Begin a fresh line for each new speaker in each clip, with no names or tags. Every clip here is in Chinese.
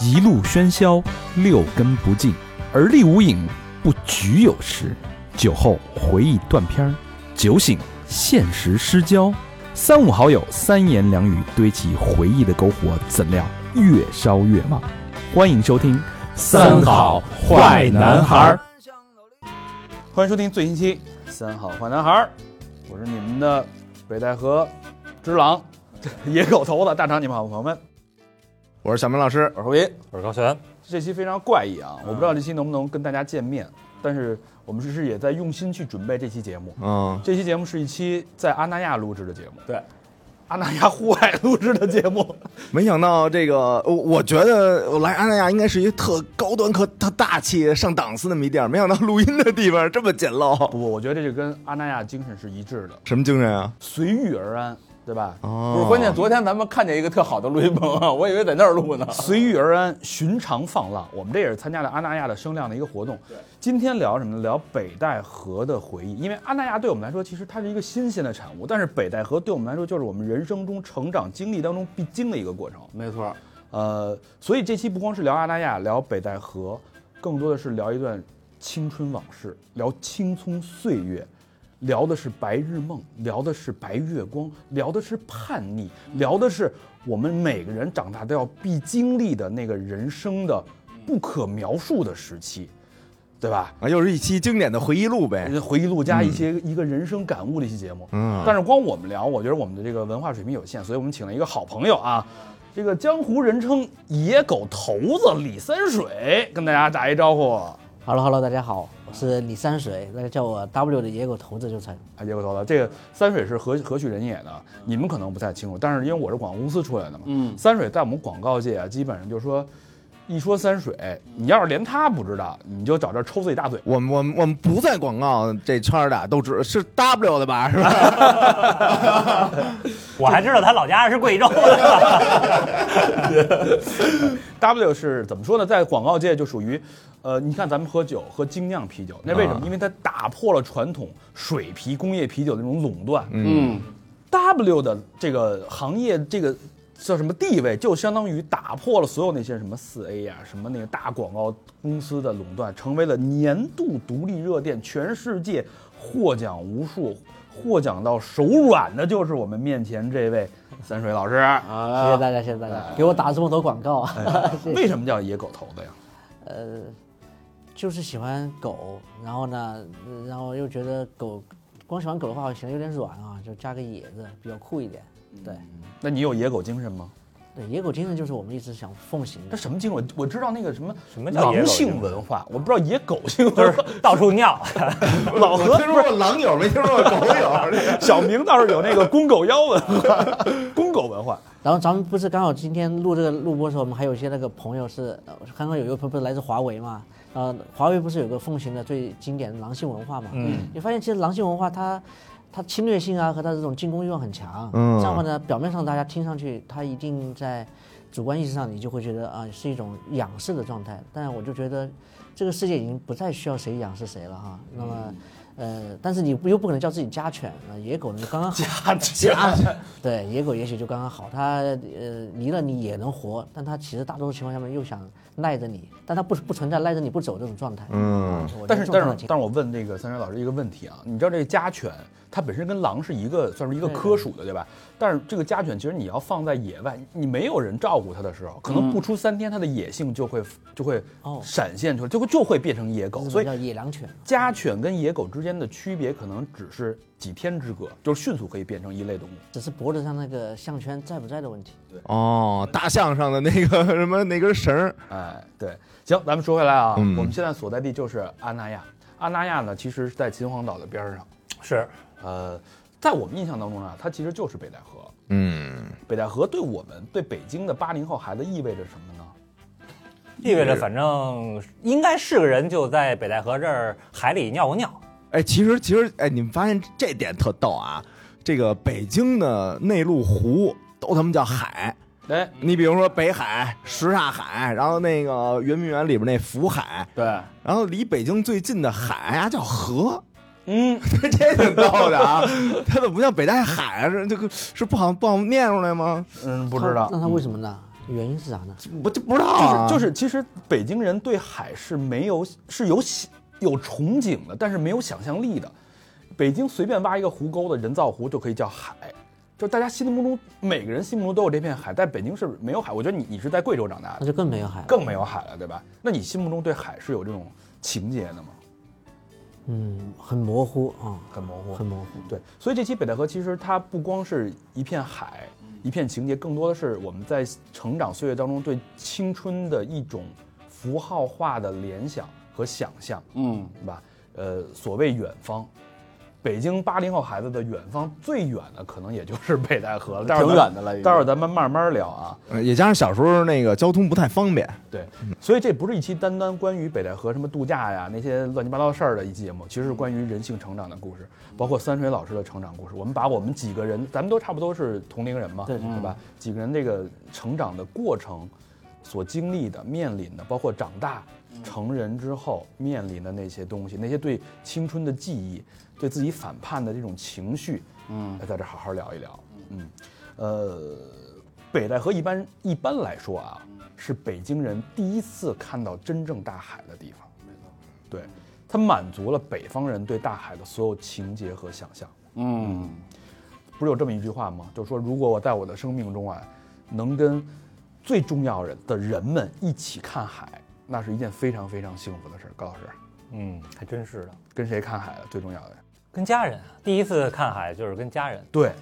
一路喧嚣，六根不净，而立无影，不局有时。酒后回忆断片儿，酒醒现实失焦。三五好友，三言两语堆起回忆的篝火，怎料越烧越旺。欢迎收听《
三好坏男孩儿》，
欢迎收听最新期《三好坏男孩儿》，我是你们的北戴河之狼， 野狗头子大肠，你们好朋友们，
我是小明老师，
我是侯爷。
我是高璇，
这期非常怪异啊，我不知道这期能不能跟大家见面，但是我们其实也在用心去准备这期节目。
嗯，
这期节目是一期在阿那亚录制的节目，
对，
阿那亚户外录制的节目，
没想到这个，我我觉得我来阿那亚应该是一个特高端、可特大气、上档次那么一地儿，没想到录音的地方这么简陋。
不，我觉得这就跟阿那亚精神是一致的，
什么精神啊？
随遇而安，对吧？
哦，
不是，关键昨天咱们看见一个特好的录音棚啊，我以为在那儿录呢。
随遇而安，寻常放浪。我们这也是参加了阿那亚的声量的一个活动。今天聊什么呢？聊北戴河的回忆，因为阿那亚对我们来说，其实它是一个新鲜的产物，但是北戴河对我们来说，就是我们人生中成长经历当中必经的一个过程。
没错，
呃，所以这期不光是聊阿那亚，聊北戴河，更多的是聊一段青春往事，聊青葱岁月，聊的是白日梦，聊的是白月光，聊的是叛逆，聊的是我们每个人长大都要必经历的那个人生的不可描述的时期，对吧？
啊，又是一期经典的回忆录呗。
回忆录加一些一个人生感悟的一期节目。
嗯
但是光我们聊，我觉得我们的这个文化水平有限，所以我们请了一个好朋友啊，这个江湖人称野狗头子李三水，跟大家打一招呼。啊，
Hello Hello，大家好，我是李山水，大家叫我 W 的野狗头子就成。
啊野狗头子，这个三水是何何许人也呢？你们可能不太清楚，但是因为我是广告公司出来的嘛，
嗯，
三水在我们广告界啊，基本上就是说，一说三水，你要是连他不知道，你就找这儿抽自己大嘴巴。
我们我们我们不在广告这圈儿的，都知是 W 的吧？是 吧？
我还知道他老家是贵州的。
W 是怎么说呢？在广告界就属于，呃，你看咱们喝酒喝精酿啤酒，那为什么？因为它打破了传统水啤工业啤酒的那种垄断。
嗯，
W 的这个行业这个叫什么地位，就相当于打破了所有那些什么四 A 呀、什么那个大广告公司的垄断，成为了年度独立热电，全世界获奖无数，获奖到手软的就是我们面前这位三水老师。
谢谢大家，谢谢大家，给我打这么多广告， 谢谢。
为什么叫野狗头子呀？
呃，就是喜欢狗，然后呢，呃然后又觉得狗，光喜欢狗的话显得有点软啊，就加个野字比较酷一点。对，
那你有野狗精神吗？
对，野狗精神就是我们一直想奉行
这
的。
什么精神？我我知道那个什么
什么叫野
狼
狗
性文化，我不知道野狗性
就
文
是
化。
到处尿，
老
我
何
听说过狼友，没听说过狗友。 这个
小明倒是有那个公狗腰文 化，公狗 文化。
然后咱们不是刚好今天录这个录播的时候，我们还有一些那个朋友是，呃刚刚有一个朋友不是来自华为嘛，呃，华为不是有个奉行的最经典的狼性文化嘛？嗯，你发现其实狼性文化它它侵略性啊和它这种进攻欲望很强，
嗯
这样的话呢，表面上大家听上去它一定在主观意识上你就会觉得啊、是一种仰视的状态，但我就觉得这个世界已经不再需要谁仰视谁了哈，那么。呃，但是你不又不可能叫自己家犬啊，野狗呢就刚刚好，家对野狗也许就刚刚好，它呃离了你也能活，但它其实大多数情况下面又想赖着你，但它不不存在赖着你不走这种状态。啊
嗯，
我觉得
但是
这种
但
状
是
态
但是我问那个三水老师一个问题啊，你知道这个家犬它本身跟狼是一个算是一个
对
科属的对吧？
嗯
但是这个家犬其实你要放在野外，你没有人照顾它的时候，可能不出三天它的野性就会就会
哦嗯
闪现出来，就会就会变成野狗。
挺
所以
叫野狼犬，
家犬跟野狗之间的区别可能只是几天之隔，就是迅速可以变成一类动物。
只是脖子上那个项圈在不在的问题。
哦，大象上的那个什么那根绳儿，
哎，对，行，咱们说回来啊，
嗯
我们现在所在地就是阿那亚。阿那亚呢，其实是在秦皇岛的边儿上。
是
呃，在我们印象当中呢，啊它其实就是北戴河。
嗯，
北戴河对我们对北京的八零后孩子意味着什么呢？
意味着反正应该是个人就在北戴河这儿海里尿过尿。
哎，其实其实哎，你们发现这点特逗啊！这个北京的内陆湖都他妈叫海，
哎，
你比如说北海、什刹海，然后那个圆明园里边那福海，
对，
然后离北京最近的海呀、叫河，
嗯，
这挺逗的啊！它怎么不叫北戴海啊？是这个是不好不好念出来吗？
嗯，不知道
那，它为什么呢？原因是啥呢？
我就不知道
就是
啊，
就是，其实北京人对海是没有是有喜有憧憬的，但是没有想象力的。北京随便挖一个湖沟的人造湖就可以叫海，就大家心目中每个人心目中都有这片海，但北京是没有海。我觉得你你是在贵州长大
那
的，
就更没有海了。
更没有海了，对吧？那你心目中对海是有这种情节的吗？
嗯，很模糊啊，
很模糊
很模糊。
对，所以这期北戴河其实它不光是一片海，一片情节，更多的是我们在成长岁月当中对青春的一种符号化的联想和想象，
嗯，
对吧？呃，所谓远方，北京八零后孩子的远方最远的可能也就是北戴河了，待会儿
挺
咱
远的了已经
待会儿咱们慢慢聊啊。
呃也加上小时候那个交通不太方便，
对，所以这不是一期单单关于北戴河什么度假呀那些乱七八糟事儿的一期节目，其实是关于人性成长的故事，
嗯
包括三水老师的成长故事。我们把我们几个人，咱们都差不多是同龄人嘛，
对对
吧？几个人这个成长的过程所经历的、面临的，包括长大成人之后面临的那些东西，那些对青春的记忆，对自己反叛的这种情绪，嗯，在这好好聊一聊，嗯，呃，北戴河一般一般来说啊，是北京人第一次看到真正大海的地方。对，它满足了北方人对大海的所有情节和想象。
嗯，
不是有这么一句话吗？就说如果我在我的生命中啊，能跟最重要人的人们一起看海，那是一件非常非常幸福的事儿。高老师，
嗯，还真是的。
跟谁看海啊最重要的？
跟家人啊，第一次看海就是跟家人，
对，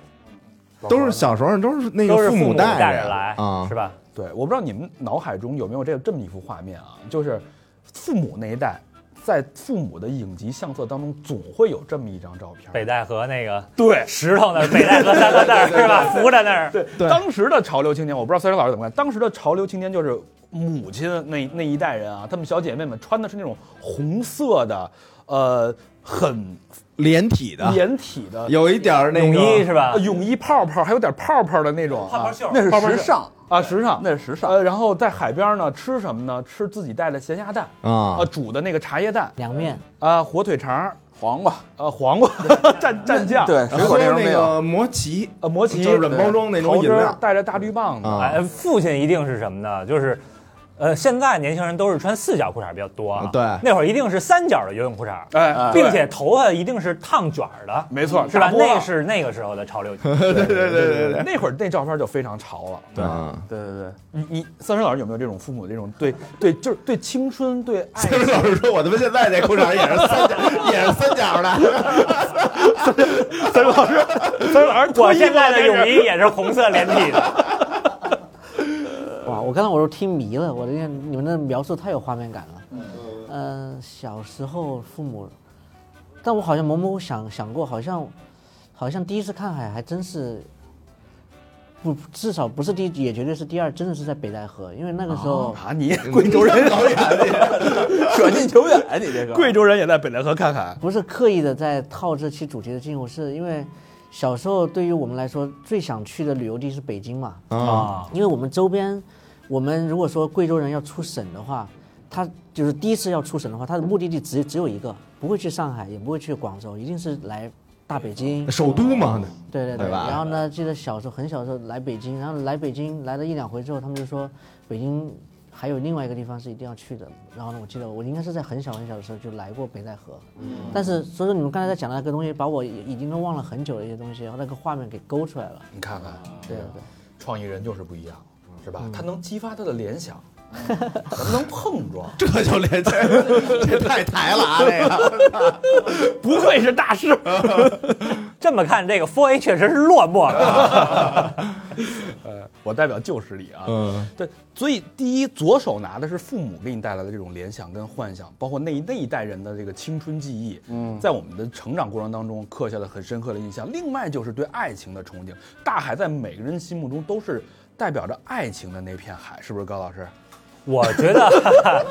都是小时候都是那
都
个
是父
母带
带
着
着来，
啊
是，吧？
对，我不知道你们脑海中有没有这这么一幅画面啊，就是父母那一代，在父母的影集相册当中，总会有这么一张照片。
北戴河那个
对
石头那儿，北戴河三个字儿是吧？扶着那儿，
对，当时的潮流青年，我不知道三水老师怎么看，当时的潮流青年就是母亲那那一代人啊，他们小姐妹们穿的是那种红色的，呃，很
连体的，
连体的、
有一点儿那
泳衣
个啊
是吧
呃？泳衣泡泡，还有点泡泡的那种、啊，
泡泡袖
那是
泡泡袖
时尚，
啊，时尚
那是时尚。
呃，然后在海边呢，吃什么呢？吃自己带的咸鸭蛋
啊
哦
啊，，煮的那个茶叶蛋
凉面，
啊，火腿肠
黄瓜，
啊，黄瓜 蘸蘸酱，
对，水
喝
果那时候没
那
有。
个魔奇，
呃，摩奇
就是软包装那种饮料
桃汁带着大绿棒子，
啊
哎，父亲一定是什么呢？就是，呃，现在年轻人都是穿四角裤衩比较多啊
啊。对
那会儿一定是三角的游泳裤衩，
哎
哎
并且头发一定是烫卷儿的，
没错，
是吧
大？波浪
那是那个时候 的潮流。
对对对
那会儿那照片就非常潮了。
对，
对对对，
你你三水老师有没有这种父母这种对对就是对青春对爱
三 老师说：“我他妈现在那裤衩也是三角，也是三角的。
三水老师，三水老师
我
脱衣服
现在的泳
衣
衣也是红色连 体的，
哇！我刚才我都听迷了，我的你们的描述太有画面感了。呃，小时候父母，但我好像模模想想过，好像好像第一次看海还真是。不，至少不是第，一，也绝对是第二，真的是在北戴河，因为那个时候，
啊，你
贵州人导演，
舍近求远，啊你这个
贵州人也在北戴河看海，
不是刻意的在套这期主题的进，我是因为小时候对于我们来说最想去的旅游地是北京嘛，
啊，
因为我们周边，我们如果说贵州人要出省的话，他就是第一次要出省的话，他的目的地只只有一个，不会去上海，也不会去广州，一定是来大北京。
首都嘛，
对对对。
对吧
然后呢，记得小时候很小的时候来北京，然后来北京来了一两回之后，他们就说北京还有另外一个地方是一定要去的。然后呢，我记得我应该是在很小很小的时候就来过北戴河，但是所以说你们刚才在讲的那个东西，把我已经都忘了很久的一些东西，然后那个画面给勾出来了。
你看看，
对对对。
创意人就是不一样，是吧？他能激发他的联 想，咱们能碰撞，
这就连这这太抬了啊！这个
不愧是大师。
这么看这个 Four A 确实是落寞 啊了。
呃，我代表旧势力啊，
嗯，
对，所以第一，左手拿的是父母给你带来的这种联想跟幻想，包括那一那一代人的这个青春记忆，嗯，在我们的成长过程当中刻下了很深刻的印象。另外就是对爱情的憧憬，大海在每个人心目中都是代表着爱情的那片海，是不是高老师？
我 觉得，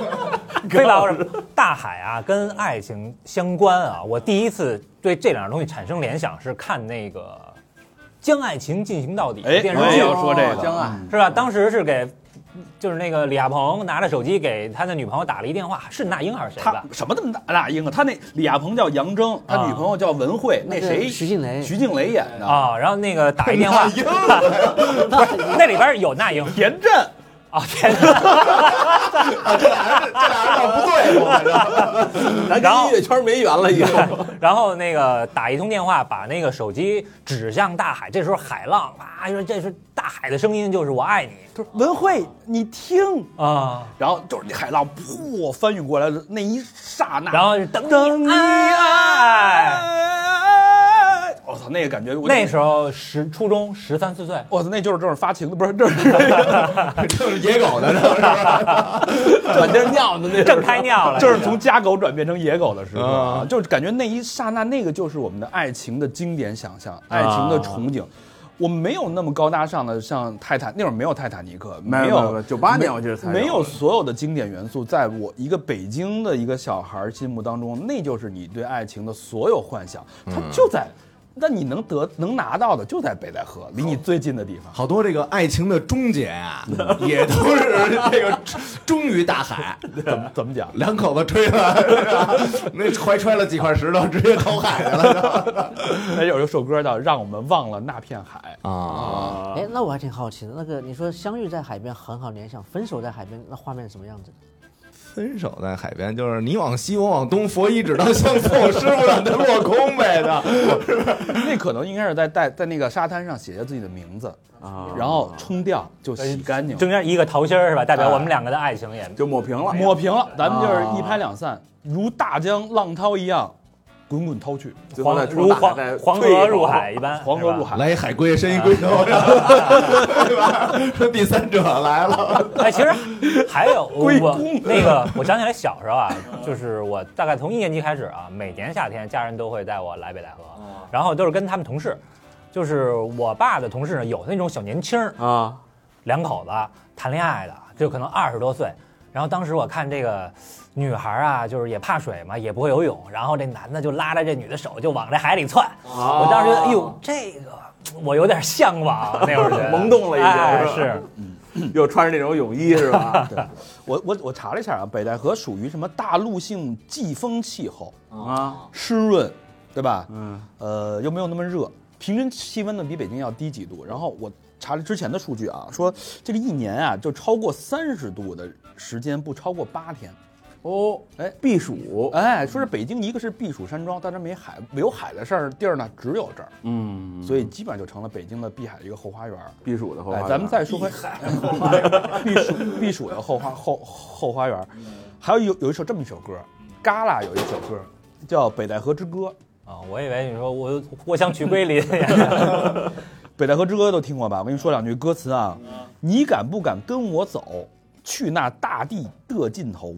对吧？我说大海啊，跟爱情相关啊。我第一次对这两样东西产生联想是看那个《将爱情进行到底》的电视
哎我也
剧，
要说这个
江爱，
是吧？当时是给，就是那个李亚鹏拿着手机给他的女朋友打了一电话，是那英还是谁
他
吧？
什么这么大大英啊？他那李亚鹏叫杨铮，他
啊
女朋友叫文慧，那
那个
谁
徐静蕾
徐静蕾演的，
啊
啊
啊，然后那个打一电话，那里边有那英，
田震
啊，天哪！
这俩人倒不对付，反 正
然
咱跟
后
音乐圈没缘了，以后。
然后那个打一通电话，把那个手机指向大海。这时候海浪啪，就说这是大海的声音，就是我爱你
文慧，你听，
啊。
然后就是那海浪噗翻涌过来的那一刹那，
然后是等
等
你
你
爱。
爱，我操，那个感觉，我
那时候十初中十三四岁，
我操，那就是正是发情的，不是正是
就是野狗的，是吧？
满地儿尿的那
正
种。
开尿了，
就是从家狗转变成野狗的时候啊
啊，
就是感觉那一刹那，那个就是我们的爱情的经典想象，爱情的憧憬。我没有那么高大上的，像泰坦那会儿没有泰坦尼克，没
没有没有没有98年我记得才有
没有所有的经典元素，在我一个北京的一个小孩儿心目当中，那就是你对爱情的所有幻想，
嗯
它就在，那你能得能拿到的就在北戴河，离你最近的地 方。
好多这个爱情的终结啊，也都是这个终于大海，
怎么怎么讲？
两口子吹了， 是吧那怀揣了几块石头，直接投海去了
哎有一首歌叫《让我们忘了那片海》，
啊！
哎，那我还挺好奇的，那个你说相遇在海边很好联想，分手在海边那画面是什么样子？
分手在海边，就是你往西，我往东，佛一指到相送，师傅让他落空呗的。
那可能应该是在在在那个沙滩上写下自己的名字啊，然后冲掉就洗干净，
中间一个桃心儿是吧？代
哎
表我们两个的爱情也
就抹平了，啊
抹平了，咱们就是一拍两散，如大江浪涛一样滚滚滔去，
最后
黄
再
如黄
再
黄
退一
河
口
入海一般，
黄河入
海。
海。
来一海龟，伸一龟头，对吧？说第三者来了，
哎，其实还有
归
我
功
那个，我想起来小时候啊，就是我大概从一年级开始啊，每年夏天家人都会带我来北戴河，
哦
然后都是跟他们同事，就是我爸的同事呢，有那种小年轻儿
啊，
两口子谈恋爱的，就可能二十多岁。然后当时我看这个女孩啊，就是也怕水嘛，也不会游泳，然后这男的就拉着这女的手就往这海里窜。
哦
我当时觉得，哎呦，这个我有点向往，啊那会儿觉得
萌动了一下
哎
是吧
是
又穿着那种泳衣是 吧？
我我我查了一下啊，北戴河属于什么大陆性季风气候，
啊，
湿润，对吧？
嗯，
呃，又没有那么热，平均气温呢比北京要低几度。然后我查了之前的数据啊，说这个一年啊就超过三十度的时间不超过八天。
哦，
哎
避暑，
哎，说是北京，一个是避暑山庄，但是没海，有海的事儿地儿呢，只有这儿，
嗯，
所以基本上就成了北京的碧海的一个后花园儿。
避暑的后花
哎
园，
咱们再说回 避暑避暑的后花后后花园儿，还有有有一首这么一首歌，嘎啦有一首歌叫《北戴河之歌》，《
啊，我以为你说我我想娶桂林，
北戴河之歌》都听过吧？我跟你说两句歌词啊，你敢不敢跟我走，去那大地的尽头？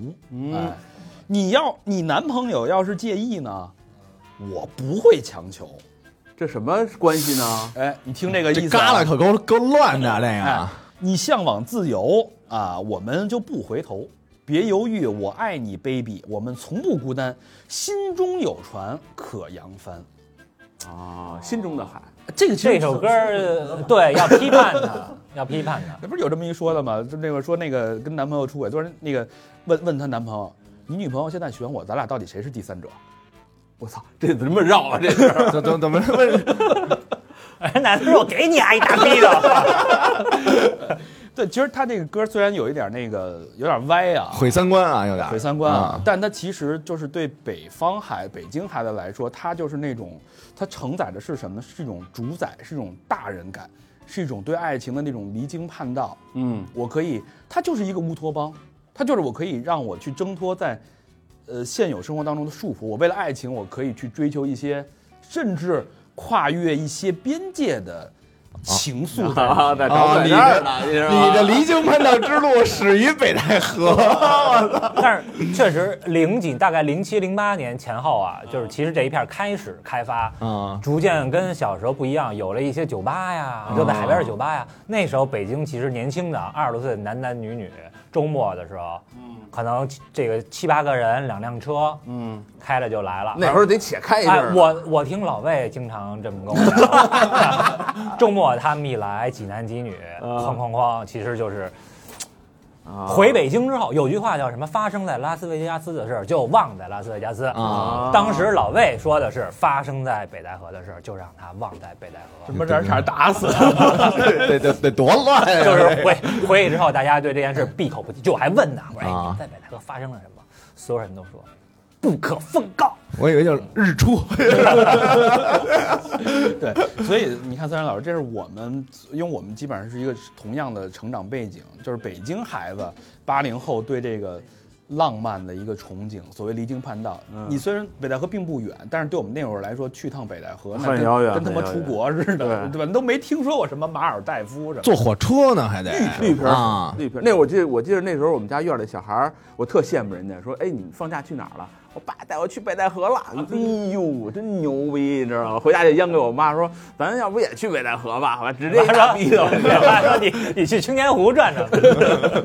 哎，你要你男朋友要是介意呢，我不会强求。
这什么关系呢？
哎，你听这个意
这
思、啊，
旮旯可够够乱的，这
哎
个。，啊
你向往自由啊，我们就不回头，别犹豫，我爱你，baby，我们从不孤单，心中有船可扬帆。
啊，心中的海，
这个其实
这首歌儿对要批判他，要批判他。
那不是有这么一说的吗？就那会儿说那个跟男朋友出轨，就是那个问问她男朋友，你女朋友现在选我，咱俩到底谁是第三者？
我操，这怎么绕啊？这是
怎怎怎么怎么
哎， 男的说：“我给你啊一大逼的。
对，其实他这个歌虽然有一点那个有点歪啊，
毁三观啊？有点
毁三观啊！但它其实就是对北方孩、北京孩子来说，它就是那种，它承载的是什么呢？是一种主宰，是一种大人感，是一种对爱情的那种离经叛道。
嗯，
我可以，它就是一个乌托邦，它就是我可以让我去挣脱在，呃，现有生活当中的束缚。我为了爱情，我可以去追求一些，甚至跨越一些边界的情愫在里面
啊，在找
啊！
在
你
这儿
的
呢，
你的
理
离经叛道之路始于北戴河，”
但是确实，零几大概零七零八年前后啊，就是其实这一片儿开始开发，
啊
逐渐跟小时候不一样，有了一些酒吧呀，就在海边的酒吧呀。那时候北京其实年轻的啊二十多岁的男男女女，周末的时候，可能这个七八个人，两辆车，嗯，开了就来了。
那时候得且开一阵
哎
儿，，啊
我我听老魏经常这么跟我讲，周末他们一来，几男几女，哐哐哐，其实就是，回北京之后，有句话叫什么？发生在拉斯维加斯的事儿，就忘在拉斯维加斯。
啊
当时老魏说的是发生在北戴河的事儿，就让他忘在北戴河。
么让差点打死。
得得得多乱啊呀！
就是回回去之后，大家对这件事闭口不提。就我还问呢，我说
啊
哎，在北戴河发生了什么？所有人都说不可奉告。
我以为叫日出，
对，所以你看，三然老师，这是我们，因为我们基本上是一个同样的成长背景，就是北京孩子八零后对这个浪漫的一个憧憬，所谓离经叛道。
嗯
你虽然北戴河并不远，但是对我们那会儿来说，去趟北戴河那
很
跟
遥远
跟他
很
妈
遥
出
远
国似的，
对
对吧？你都没听说过什么马尔代夫什么。
坐火车呢还得
绿皮儿
啊，，
绿皮儿。那我记得，我记得那时候我们家院里小孩儿，我特羡慕人家，说：“哎，你们放假去哪儿了？”我爸带我去北戴河了。
啊
哎呦，真牛逼，你知道吗？回家就央给我妈说：“咱要不也去北戴河吧？”我直接一大逼 的。
他说你你去青年湖转转。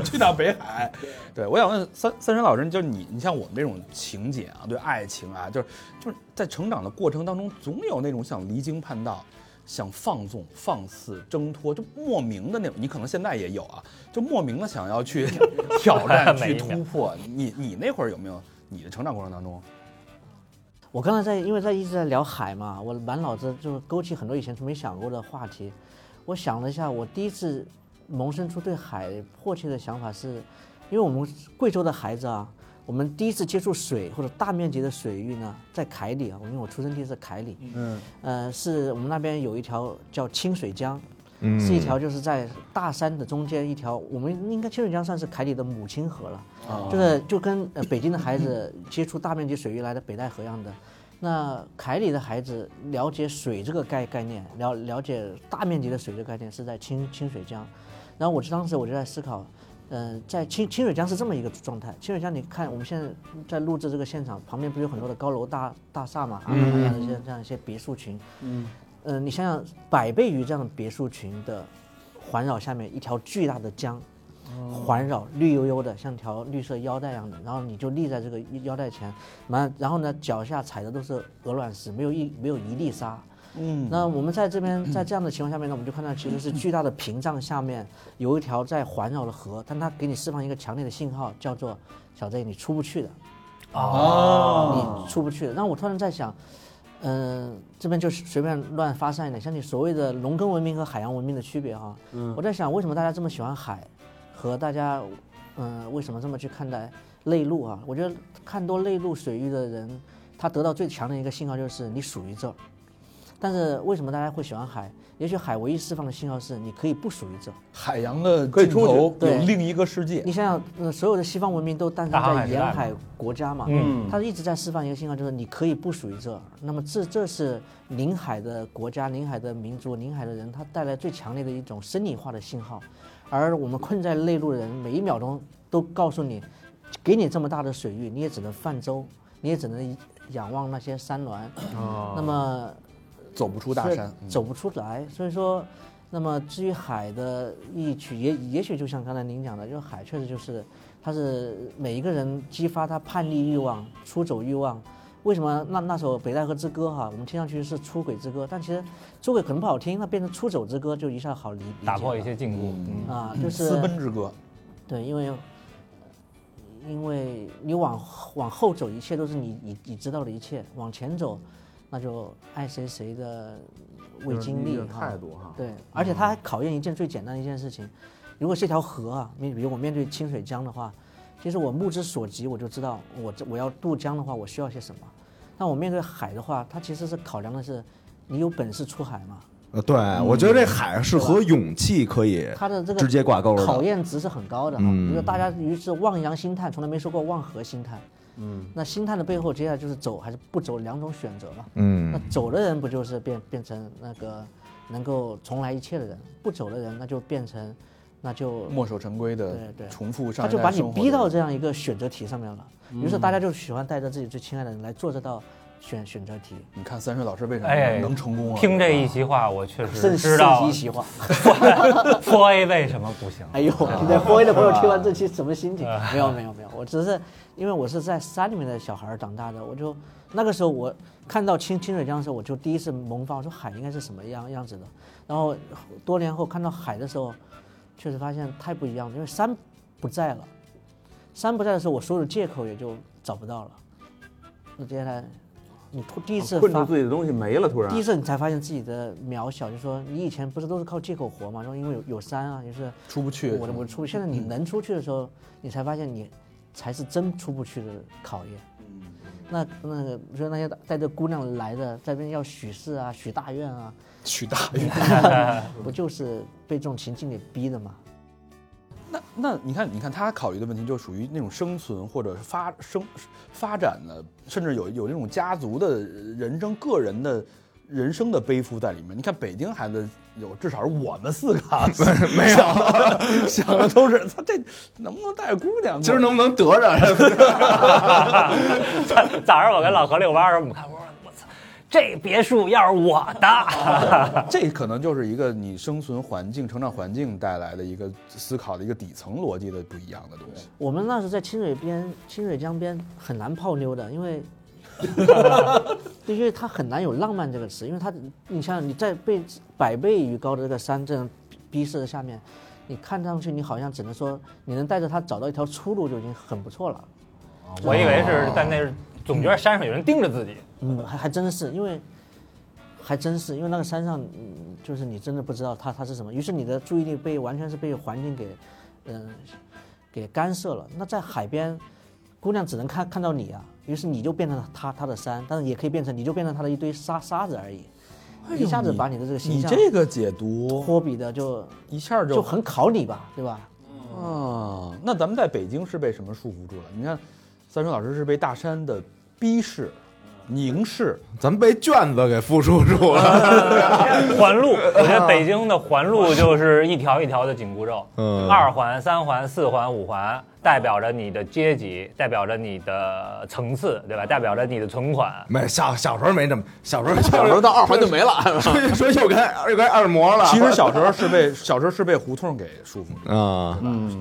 去趟北海。对，我想问三三山老师，就是你，你像我们这种情节啊，对爱情啊，就是就是在成长的过程当中，总有那种想离经叛道、想放纵、放肆、挣脱，就莫名的那种。你可能现在也有啊，就莫名的想要 去挑战、
每
去
一秒
突破。你你那会儿有没有？你的成长过程当中，
我刚才在，因为在一直在聊海嘛，我满脑子就勾起很多以前没想过的话题。我想了一下，我第一次萌生出对海迫切的想法是，因为我们贵州的孩子啊，我们第一次接触水或者大面积的水域呢，在凯里啊，因为我出生地是凯里，嗯，呃，是我们那边有一条叫清水江，是一条就是在大山的中间一条，我们应该清水江算是凯里的母亲河了，就是就跟呃北京的孩子接触大面积水域来的北戴河一样的。那凯里的孩子了解水这个概概念，了了解大面积的水这个概念是在清清水江，然后我就当时我就在思考，呃，在清清水江是这么一个状态。清水江，你看我们现在在录制这个现场，旁边不是有很多的高楼大大厦嘛，啊，这些这样一些别墅群，嗯，呃，你想想百倍于这样的别墅群的环绕下面一条巨大的江，环绕绿油油的，像条绿色腰带一样的，然后你就立在这个腰带前，完，然后呢，脚下踩的都是鹅卵石，没有一没有一粒沙。嗯，那我们在这边，在这样的情况下面呢，我们就看到其实是巨大的屏障下面有一条在环绕的河，但它给你释放一个强烈的信号，叫做小 Z 你出不去的。
啊
哦，你出不去的。那我突然在想，嗯、这边就随便乱发散一点，像你所谓的农耕文明和海洋文明的区别哈，我在想为什么大家这么喜欢海，和大家，嗯、为什么这么去看待内陆啊？我觉得看多内陆水域的人，他得到最强的一个信号就是你属于这儿。但是为什么大家会喜欢海？也许海唯一释放的信号是你可以不属于这儿。
海洋的
可以
尽
出去
头有
对
另一个世界啊
你，想想，呃，所有的西方文明都诞
大
生
航海
在
时代
沿
嘛
海国家嘛，
嗯
它一直在释放一个信号，就是你可以不属于这儿。那么这这是临海的国家、临海的民族、临海的人，它带来最强烈的一种生理化的信号。而我们困在内陆的人，每一秒钟都告诉你，给你这么大的水域，你也只能泛舟，你也只能仰望那些山峦。那么
走不出大
是
山。嗯
走不出来。所以说，那么至于海的意趣，也也许就像刚才您讲的，就是海确实就是它是每一个人激发他叛逆欲望、出走欲望。为什么那那首《北戴河之歌》哈，我们听上去是出轨之歌，但其实出轨可能不好听，那变成出走之歌就一下好理理解
打破一
了
些禁锢。嗯
啊，就是
私奔之歌，
对，因为因为你往往后走，一切都是你你你知道的一切；往前走，那就爱谁谁的未经历
就是你的
哈
态度哈
对，而且
嗯
它还考验一件最简单的一件事情：如果是一条河啊，你比如我面对清水江的话，其实我目之所及，我就知道我这我要渡江的话，我需要些什么。但我面对海的话，它其实是考量的是你有本事出海嘛，
呃对，我觉得这海是和勇气可以
它的这个
直接挂钩
考
的。
验值是很高的哈，就是大家于是望洋兴叹，从来没说过望河兴叹。嗯，那兴叹的背后，接下来就是走还是不走两种选择嘛。那
嗯，
走的人不就是变变成那个能够重来一切的人？不走的人，那就变成那就
墨守成规的
对对
重复上
他
一
就
代
把你
生活的
逼到这样一个选择题上面了。于是大家就喜欢带着自己最亲爱的人来做这道选选择题，
你看三水老师为什
哎
么，能成功啊？
听这一席话，我确实知
甚至
道
一席话。
f A 为什么不行。
哎呦，
啊
你在播音的朋友听完这期什么心情？没有没有没有，我只是因为我是在山里面的小孩儿长大的，我就那个时候我看到清清水江的时候，我就第一次萌发，我说海应该是什么样样子的。然后多年后看到海的时候，确实发现太不一样了，因为山不在了。山不在的时候，我所有的借口也就找不到了。那接下来，你突第一次
啊困住
发
自己的东西没了，突然
第一次你才发现自己的渺小，就说你以前不是都是靠借口活嘛，说因为有有山啊，就是
出不去
我我出不去。现在你能出去的时候，你才发现你才是真出不去的考验。那那个，比如说那些带着姑娘来的，在那边要许誓啊、许大愿啊，
许 大愿。
不就是被这种情境给逼的嘛？
那那你看，你看他考虑的问题就属于那种生存或者是发生发展的，甚至有有那种家族的人生、个人的人生的背负在里面。你看北京孩子有，至少是我们四个啊
没有
想的想的都是他这能不能带姑娘过来？
今儿能不能得着？
早上我跟老何遛弯儿，我们看，我说我操，这别墅要是我
哦
的，
这可能就是一个你生存环境、成长环境带来的一个思考的一个底层逻辑的不一样的东西。
我们那时候在清水边、清水江边很难泡妞的，因为的确它很难有浪漫这个词，因为它你像你在被百倍于高的这个山这样逼视的下面，你看上去你好像只能说你能带着它找到一条出路就已经很不错了。
我以为是在那儿，总觉得山上有人盯着自己。
嗯，还还真是，因为还真是因为那个山上，嗯，就是你真的不知道它它是什么，于是你的注意力被完全是被环境给，嗯、给干涉了。那在海边，姑娘只能看看到你啊，于是你就变成了她她的山，但是也可以变成你就变成她的一堆沙沙子而已，一下子把你的这个形
你
象
这个解读
托比的就
一下就
就很考你吧，对吧？
啊，那咱们在北京是被什么束缚住了？你看，三水老师是被大山的逼视、凝视，
咱们被卷子给付出住了。
环路，我觉得北京的环路就是一条一条的紧箍咒，
嗯
二环、三环、四环、五环，代表着你的阶级，代表着你的层次，对吧？代表着你的存款。
没小小时候没这么，小时候
小时候到二环就没了，
说说又该又该二模了。
其实小时候是被小时候是被胡同给束缚住。
啊，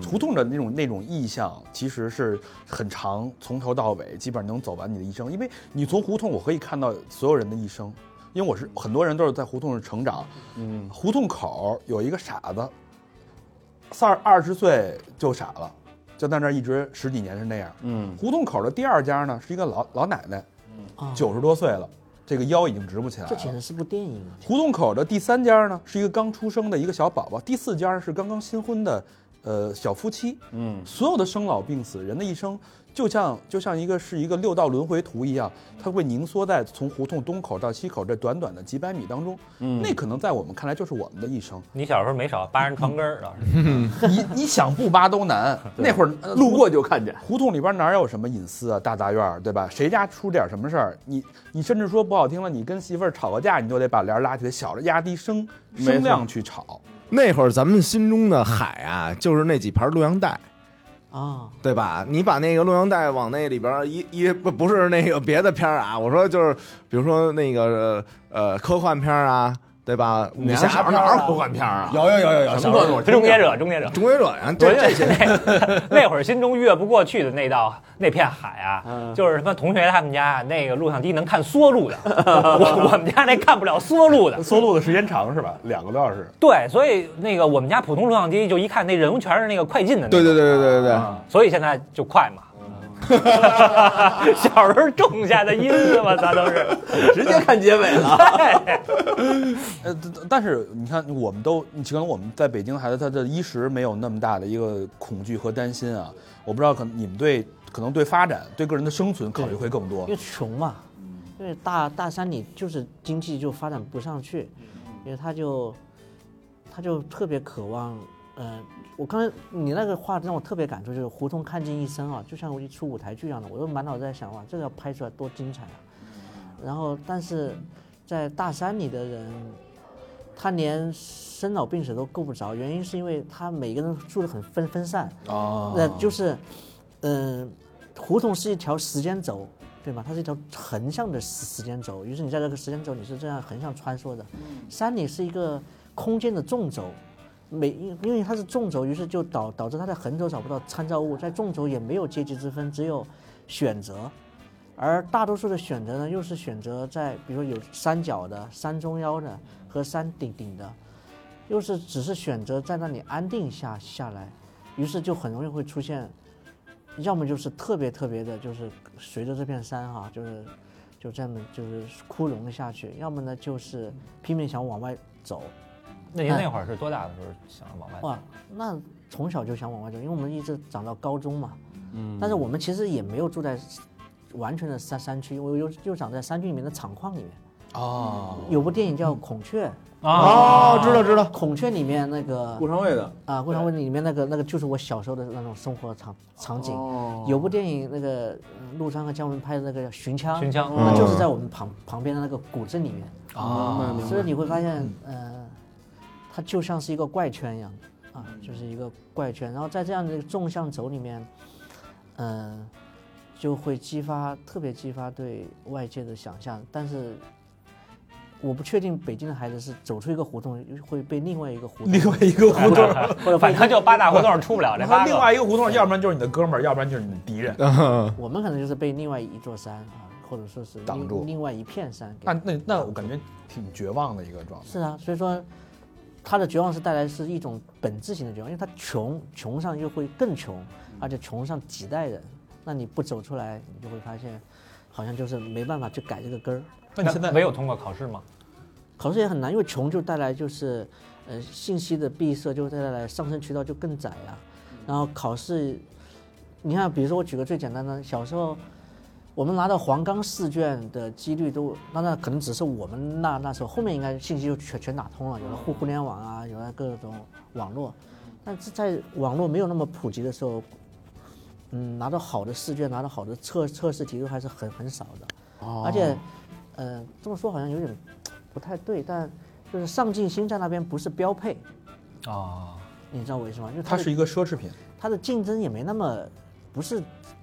胡同的那种那种意象，其实是很长，从头到尾基本上能走完你的一生。因为你从胡同，我可以看到所有人的一生。因为我是很多人都是在胡同成长，嗯，胡同口有一个傻子，三二十岁就傻了，就在那儿一直十几年是那样。
嗯，
胡同口的第二家呢是一个老老奶奶，
啊，
九十多岁了，这个腰已经直不起来
这简
了。
直是部电影啊！
胡同口的第三家呢是一个刚出生的一个小宝宝，第四家是刚刚新婚的呃小夫妻。
嗯，
所有的生老病死，人的一生就像就像一个是一个六道轮回图一样，它会凝缩在从胡同东口到西口这短短的几百米当中。嗯，那可能在我们看来就是我们的一生。
你小时候没少扒人床根儿，倒是。
你你想不扒都难。那会儿呃
路过就看见，
胡同里边哪有什么隐私啊，大杂院儿对吧？谁家出点什么事儿，你你甚至说不好听了，你跟媳妇儿吵个架，你都得把帘儿拉起来，小着压低声
没错
声量去吵。
那会儿咱们心中的海啊，就是那几盘洛阳带。
啊，
对吧？你把那个洛阳带往那里边儿一一不不是那个别的片儿啊，我说就是比如说那个呃科幻片儿啊，对吧？武
你
侠
小时候
片
哪
儿
有
啊
科幻片儿啊？
有有有有有，
什
小
么
时
段
候
落？
终结者，终结者。
终结者呀，
我
啊这
觉
这些
得那那会儿心中越不过去的那道那片海啊，
嗯
就是什么同学他们家那个录像机能看缩录的，我我们家那看不了缩录的。
缩录的时间长是吧？两个多小时。
对，所以那个我们家普通录像机就一看那人物全是那个快进的，
对对对，对对对对，
啊
所以现在就快 嘛。小时候种下的因子嘛，咱都是。
直接看结尾了。
呃，但但但是你看，我们都，你可能我们在北京的孩子，他的衣食没有那么大的一个恐惧和担心啊。我不知道，可能你们对可能对发展、对个人的生存考虑会更多
因。为穷嘛，因为大大山里就是经济就发展不上去，因为他就他就特别渴望，呃，我刚才你那个话让我特别感触，就是胡同看尽一生啊，就像一出舞台剧一样的，我都满脑子在想哇，这个要拍出来多精彩啊！然后，但是在大山里的人，他连生老病死都够不着，原因是因为他每个人住的很分分散，
啊
那就是，嗯、胡同是一条时间轴，对吗？它是一条横向的时时间轴，于是你在这个时间轴你是这样横向穿梭的。山里是一个空间的纵轴，每因因为它是纵轴，于是就导导致它在横轴找不到参照物，在纵轴也没有阶级之分，只有选择。而大多数的选择呢，又是选择在比如说有山脚的、山中腰的和山顶顶的，又是只是选择在那里安定下下来，于是就很容易会出现，要么就是特别特别的，就是随着这片山哈、就是就这么就是枯荣下去，要么呢就是拼命想往外走，
那您那会儿是多大的时候想往外？
哇，那从小就想往外走，因为我们一直长到高中嘛。
嗯
但是我们其实也没有住在完全的山山区，我又又长在山区里面的厂矿里面。
哦
有部电影叫《孔雀》，
啊
哦，知道知道，
啊孔雀》里面那个
顾长卫的
啊，《共产问题》里面那个那个就是我小时候的那种生活场场景。
哦
有部电影，那个呃陆川和姜文拍的那个《寻枪》，
寻枪
那
嗯
就是在我们旁旁边的那个古镇里面。
嗯
啊，明白
所以你会发现，呃，它就像是一个怪圈一样，啊，
嗯
就是一个怪圈。然后在这样的一个纵向轴里面，嗯，就会激发特别激发对外界的想象。但是我不确定北京的孩子是走出一个胡同会被另外一个胡同，
另外一个胡同，
或者被
反正就八大胡同出不了这
然
八
后
个。
另外一个嗯胡同，要不然就是你的哥们儿，要不然就是你的敌人。
我们可能就是被另外一座山啊，或者说是
挡
另
住
另外一片山给
那那那我感觉挺绝望的一个状态。
是啊，所以说他的绝望是带来是一种本质性的绝望，因为他穷，穷上又会更穷，而且穷上几代人，那你不走出来，你就会发现，好像就是没办法去改这个根儿。
那你现在
没有通过考试吗？
考试也很难，因为穷就带来就是，呃，信息的闭塞，就带来上升渠道就更窄啊。然后考试，你看，比如说我举个最简单的，小时候我们拿到黄冈试卷的几率都，那那可能只是我们那那时候，后面应该信息就全全打通了，有了互互联网啊，有了各种网络。但是在网络没有那么普及的时候，嗯，拿到好的试卷，拿到好的测测试题都还是很很少的。而且，呃，这么说好像有点不太对，但就是上进心在那边不是标配，
哦
啊，
你知道我意思吗？就
它
它
是
的
一个奢侈品，
它的竞争也没那么不是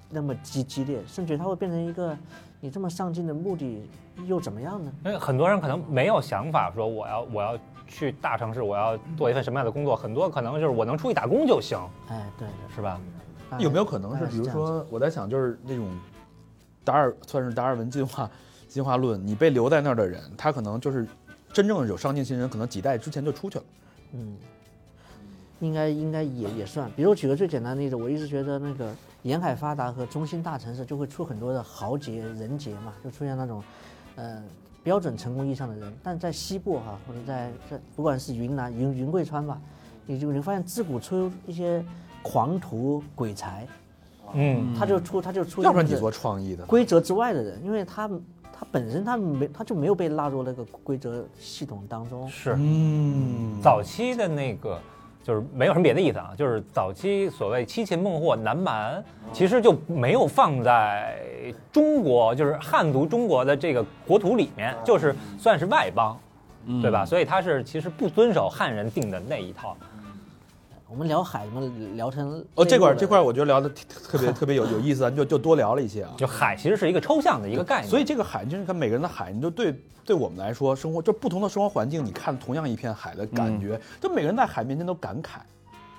那么激激烈，甚至它会变成一个你这么上进的目的又怎么样呢？
因为很多人可能没有想法说我要我要去大城市，我要做一份什么样的工作，很多可能就是我能出去打工就行，
哎，对对，
是吧？
大概
有没有可能是
大概
比如
哎这样子
说我在想就是那种达尔算是达尔文进化进化论，你被留在那儿的人，他可能就是真正有上进心人，可能几代之前就出去了。
嗯，应该应该也也算。比如我举个最简单的例子，我一直觉得那个沿海发达和中心大城市就会出很多的豪杰人杰嘛，就出现那种，呃，标准成功意义上的人。但在西部哈、或者在在不管是云南云云贵川吧，你就你会发现自古出一些狂徒鬼才，
嗯，
他就出他就出
要不
现
然你
这
做创意的呢，
规则之外的人，因为他他本身他没他就没有被纳入那个规则系统当中。
是
嗯，
早期的那个。就是没有什么别的意思啊，就是早期所谓七擒孟获、南
哦
蛮，其实就没有放在中国，就是汉族中国的这个国土里面，就是算是外邦，
嗯
对吧？所以他是其实不遵守汉人定的那一套，
我们聊海，我们聊成
哦，这块儿
内陆了
这块儿我觉得聊的特 别特别有有意思，咱就就多聊了一些啊。
就海其实是一个抽象的一个概念。
所以这个海，就是看每个人的海，你就对对我们来说，生活就不同的生活环境，你看同样一片海的感觉，就每个人在海面前都感慨，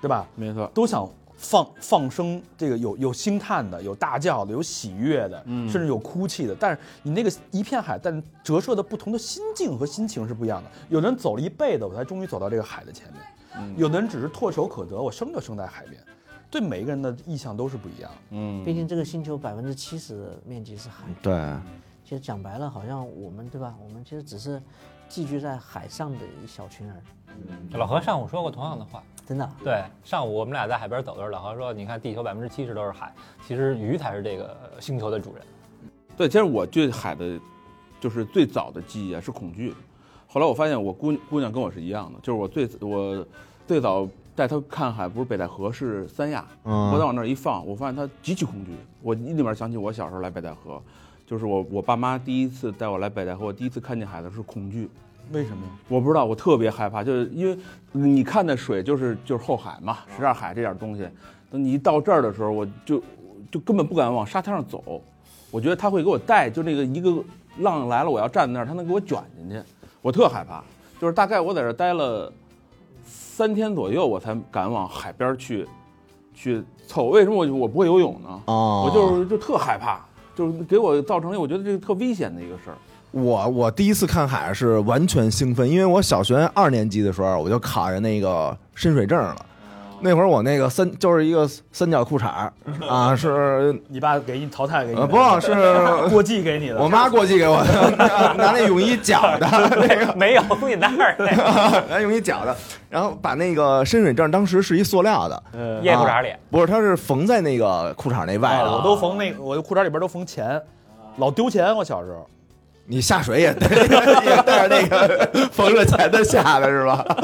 对吧？
嗯没错，
都想放放声，这个有有星叹的，有大叫的，有喜悦的，
嗯
甚至有哭泣的。但是你那个一片海，但折射的不同的心境和心情是不一样的。有的人走了一辈子，我才终于走到这个海的前面；
嗯
有的人只是唾手可得，我生就生在海边。对每个人的意向都是不一样的。
嗯，
毕竟这个星球百分之七十的面积是海，
对，
其实讲白了，好像我们对吧？我们其实只是寄居在海上的一小群人，
老何上午说过同样的话，
真的。
对，上午我们俩在海边走的时候，老何说：“你看，地球百分之七十都是海，其实鱼才是这个呃星球的主人。
对，其实我对海的，就是最早的记忆啊是恐惧，后来我发现我姑姑娘跟我是一样的，就是我最我最早带她看海不是北戴河是三亚，
嗯
我再往那儿一放，我发现她极其恐惧。我一立马想起我小时候来北戴河，就是我我爸妈第一次带我来北戴河，我第一次看见海的是恐惧。
为什么呀？
我不知道，我特别害怕，就是因为你看的水就是就是后海嘛，什刹海这点东西，等你一到这儿的时候，我就就根本不敢往沙滩上走，我觉得他会给我带，就那个一个浪来了，我要站那儿，他能给我卷进去，我特害怕。就是大概我在这儿待了三天左右，我才敢往海边儿去去凑。为什么我就我不会游泳呢？
哦
我就是就特害怕，就是给我造成了我觉得这个特危险的一个事儿。
我我第一次看海是完全兴奋，因为我小学二年级的时候我就考上那个深水证了。那会儿我那个三就是一个三角裤衩儿啊，是
你爸给你淘汰给你的，
呃不是
过继给你的。
我妈过继给我 的，拿那泳衣绞的， 那个
没有你那儿那
啊
拿泳衣绞的，然后把那个深水证当时是一塑料的，啊
嗯，
夜裤衩
啊
里，
不是，它是缝在那个裤衩那外
哎，
头。
我都缝那个，我的裤衩里边都缝钱，老丢钱。我小时候，
你下水也 也带着那个缝着钱的下的是吧？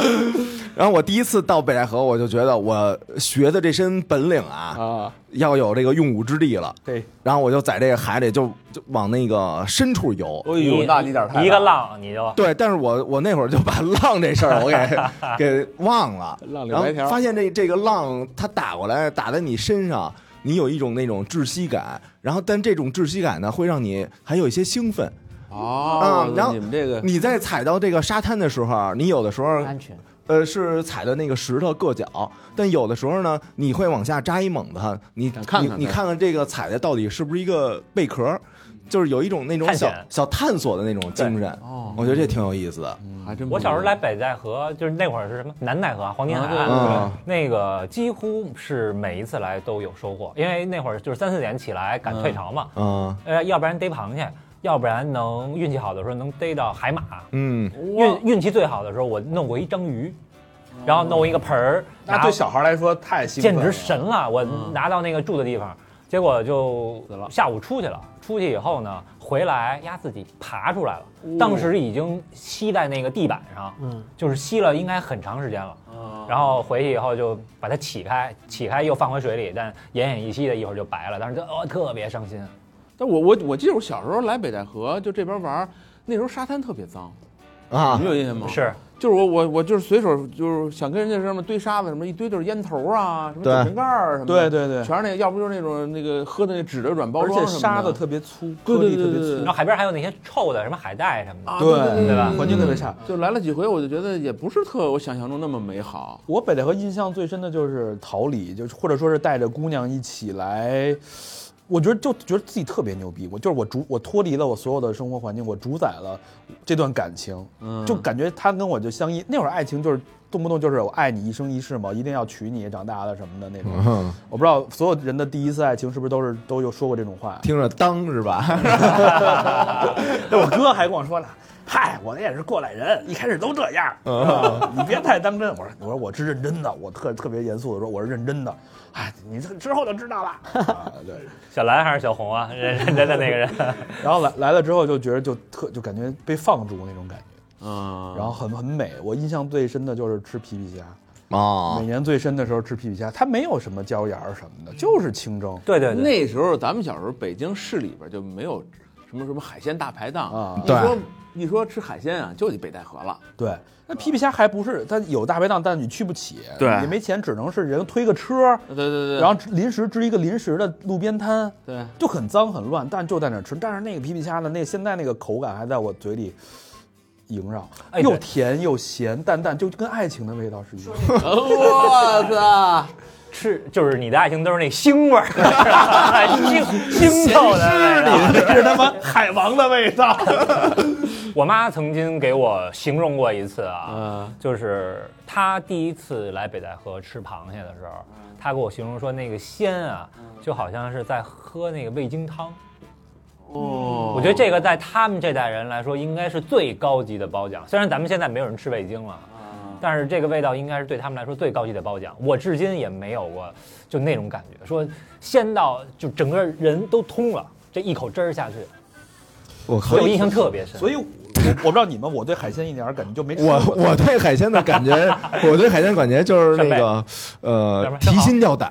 然后我第一次到北戴河，我就觉得我学的这身本领啊，
啊
要有这个用武之地了。
对，
然后我就在这个海里就就往那个深处游。
哎呦，那你点儿太大
一个浪你就
对，但是我我那会儿就把浪这事儿我 给给忘了，
浪里
然后
白条
发现这这个浪它打过来打在你身上，你有一种那种窒息感，然后但这种窒息感呢会让你还有一些兴奋。
哦
嗯，然后
你们这 个
你在踩到这个沙滩的时候，啊你有的时候
安全。
呃是踩的那个石头硌脚，但有的时候呢，你会往下扎一猛子，你
想看看
你你
它
看看这个踩的到底是不是一个贝壳，就是有一种那种
探
小
险
小探索的那种精神。
哦
我觉得这挺有意思的。
还真
嗯
不
我小时候
一
来
样
北戴河，就是那会儿是什么南戴河啊、黄金海
啊对
岸，
对
对
那个几乎是每一次来都有收获，因为那会儿就是三四点起来赶退潮嘛，
嗯
呃，要不然逮螃蟹，要不然能运气好的时候能逮到海马，
嗯，
运运气最好的时候我弄过一章鱼，然后弄一个盆儿，
那
拿
对小孩来说太兴奋
简
了，
直神了！我拿到那个住的地方，结果就下午出去了。出去以后呢，回来呀自己爬出来了，当时已经吸在那个地板上，
嗯
就是吸了应该很长时间了。
哦
然后回去以后就把它起开，起开又放回水里，但奄奄一息的，一会儿就白了。当时就哦特别伤心。
但我我我记得我小时候来北戴河就这边玩儿，那时候沙滩特别脏，
啊
你们，有印象吗？，
是
就是我我我就是随手就是想跟人家上面堆沙子什么，一堆就是烟头啊，什么
对
酒瓶盖儿什么
对
的，
对对，
全是那个，要不就是那种那个喝的那纸的软包
而
装
且
什么
沙子
的
特别粗，
对
颗
对
粒特
对
别
对对
粗
然后，海边还有那些臭的什么海带什么的。
啊，
对
对
对吧
环境特别差。
就来了几回，我就觉得也不是特我想象中那么美好。
我北戴河印象最深的就是桃李，就是或者说是带着姑娘一起来，我觉得就觉得自己特别牛逼。我就是我主我脱离了我所有的生活环境，我主宰了这段感情，
嗯
就感觉他跟我就相依。那会儿爱情就是动不动就是我爱你一生一世嘛，一定要娶你，长大了什么的那种。
嗯
我不知道所有人的第一次爱情是不是都是都有说过这种话。
听着当是吧？
我哥还跟我说呢，嗨，我也是过来人，一开始都这样，你别太当真。我说，我说我是认真的，我特特别严肃的说我是认真的。哎，你这之后就知道了。啊、对，
小蓝还是小红啊？认认真的那个人。
然后来来了之后就觉得就特就感觉被放逐那种感觉，
嗯，
然后很很美。我印象最深的就是吃皮皮虾，
啊
每，年最深的时候吃皮皮虾，它没有什么椒盐儿什么的，就是清蒸。
对对对，
那时候咱们小时候北京市里边就没有什么什么海鲜大排档
啊
一
对
说一说吃海鲜啊，就得北戴河了。
对，那皮皮虾还不是它有大排档，但你去不起，
对嗯
你没钱，只能是人推个车，
对对对，
然后临时支一个临时的路边摊，
对
就很脏很乱，但就在那儿吃。但是那个皮皮虾的那现在那个口感还在我嘴里萦绕，
哎
又
对
甜又咸，淡淡就跟爱情的味道是一样。
我操！
是，就是你的爱情都是那腥味儿， 腥腥臭的味道。
是他妈海王的味道。
我妈曾经给我形容过一次啊，
嗯，
就是她第一次来北戴河吃螃蟹的时候，她给我形容说那个鲜啊，就好像是在喝那个味精汤。
哦，
我觉得这个在他们这代人来说，应该是最高级的褒奖。虽然咱们现在没有人吃味精了，但是这个味道应该是对他们来说最高级的褒奖。我至今也没有过就那种感觉，说鲜到就整个人都通了，这一口汁儿下去，
我
所以
可
我
以。
印象特别深。
所以我，我不知道你们，我对海鲜一点儿感觉就没吃过。
我我对海鲜的感觉，我对海鲜的感觉就是那个
扇
呃
贝
提心吊胆，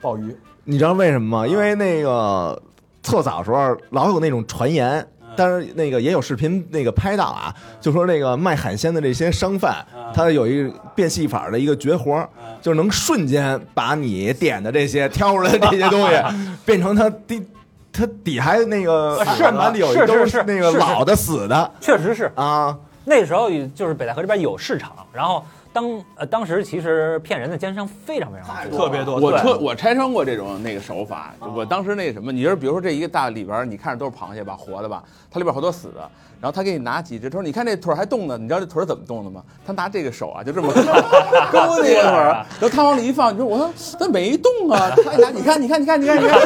鲍鱼，
你知道为什么
啊
吗？因为那个特早时候老有那种传言，
嗯
但是那个也有视频那个拍到啊，就说那个卖海鲜的这些商贩，
嗯
他有一个变戏法的一个绝活儿，就是能瞬间把你点的这些挑出来的这些东西， 变成他底他底还那个
是
碗碗里有一
是
都
是是
那
是
个
是
老的死的
确实是
啊，
那时候就是北戴河这边有市场，然后当呃当时其实骗人的奸商非常非常多，
特别多。
我
对
穿我拆穿过这种那个手法，我当时那什么，你就是比如说这一个大里边儿，你看着都是螃蟹吧，活的吧，它里边好多死的，然后他给你拿几只，他说你看这腿儿还动呢，你知道这腿儿怎么动的吗？他拿这个手啊，就这么 勾那个腿儿，然后他往里一放，你说我说它没动啊，他一拿你看你看你看你看你看，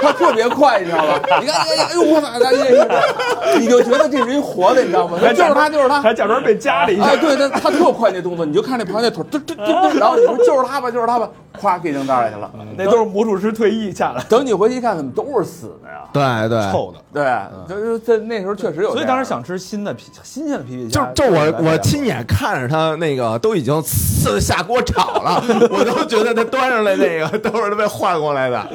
他特别快，你知道吧？你看你看，哎呦我操，哎呀你就觉得这是一活的，你知道吗？就是他就是他，
还假装被夹了一下
哎，，对，他他特快那动作，你就看那螃蟹腿儿，嘟嘟嘟嘟，然后你说就是他吧，就是他吧，咵给扔袋里去了。
嗯
那都是魔术师退役 下来。
等你回去一看，怎么都是死的呀？
对对，
臭的，
对，就是在那时候确实有这样的。
所以当时想吃新的皮，新鲜的皮皮
就
虾。
就我我
亲。
亲眼看着他那个都已经呲下锅炒了， 我都觉得他端上来那个 都是他被换过来的。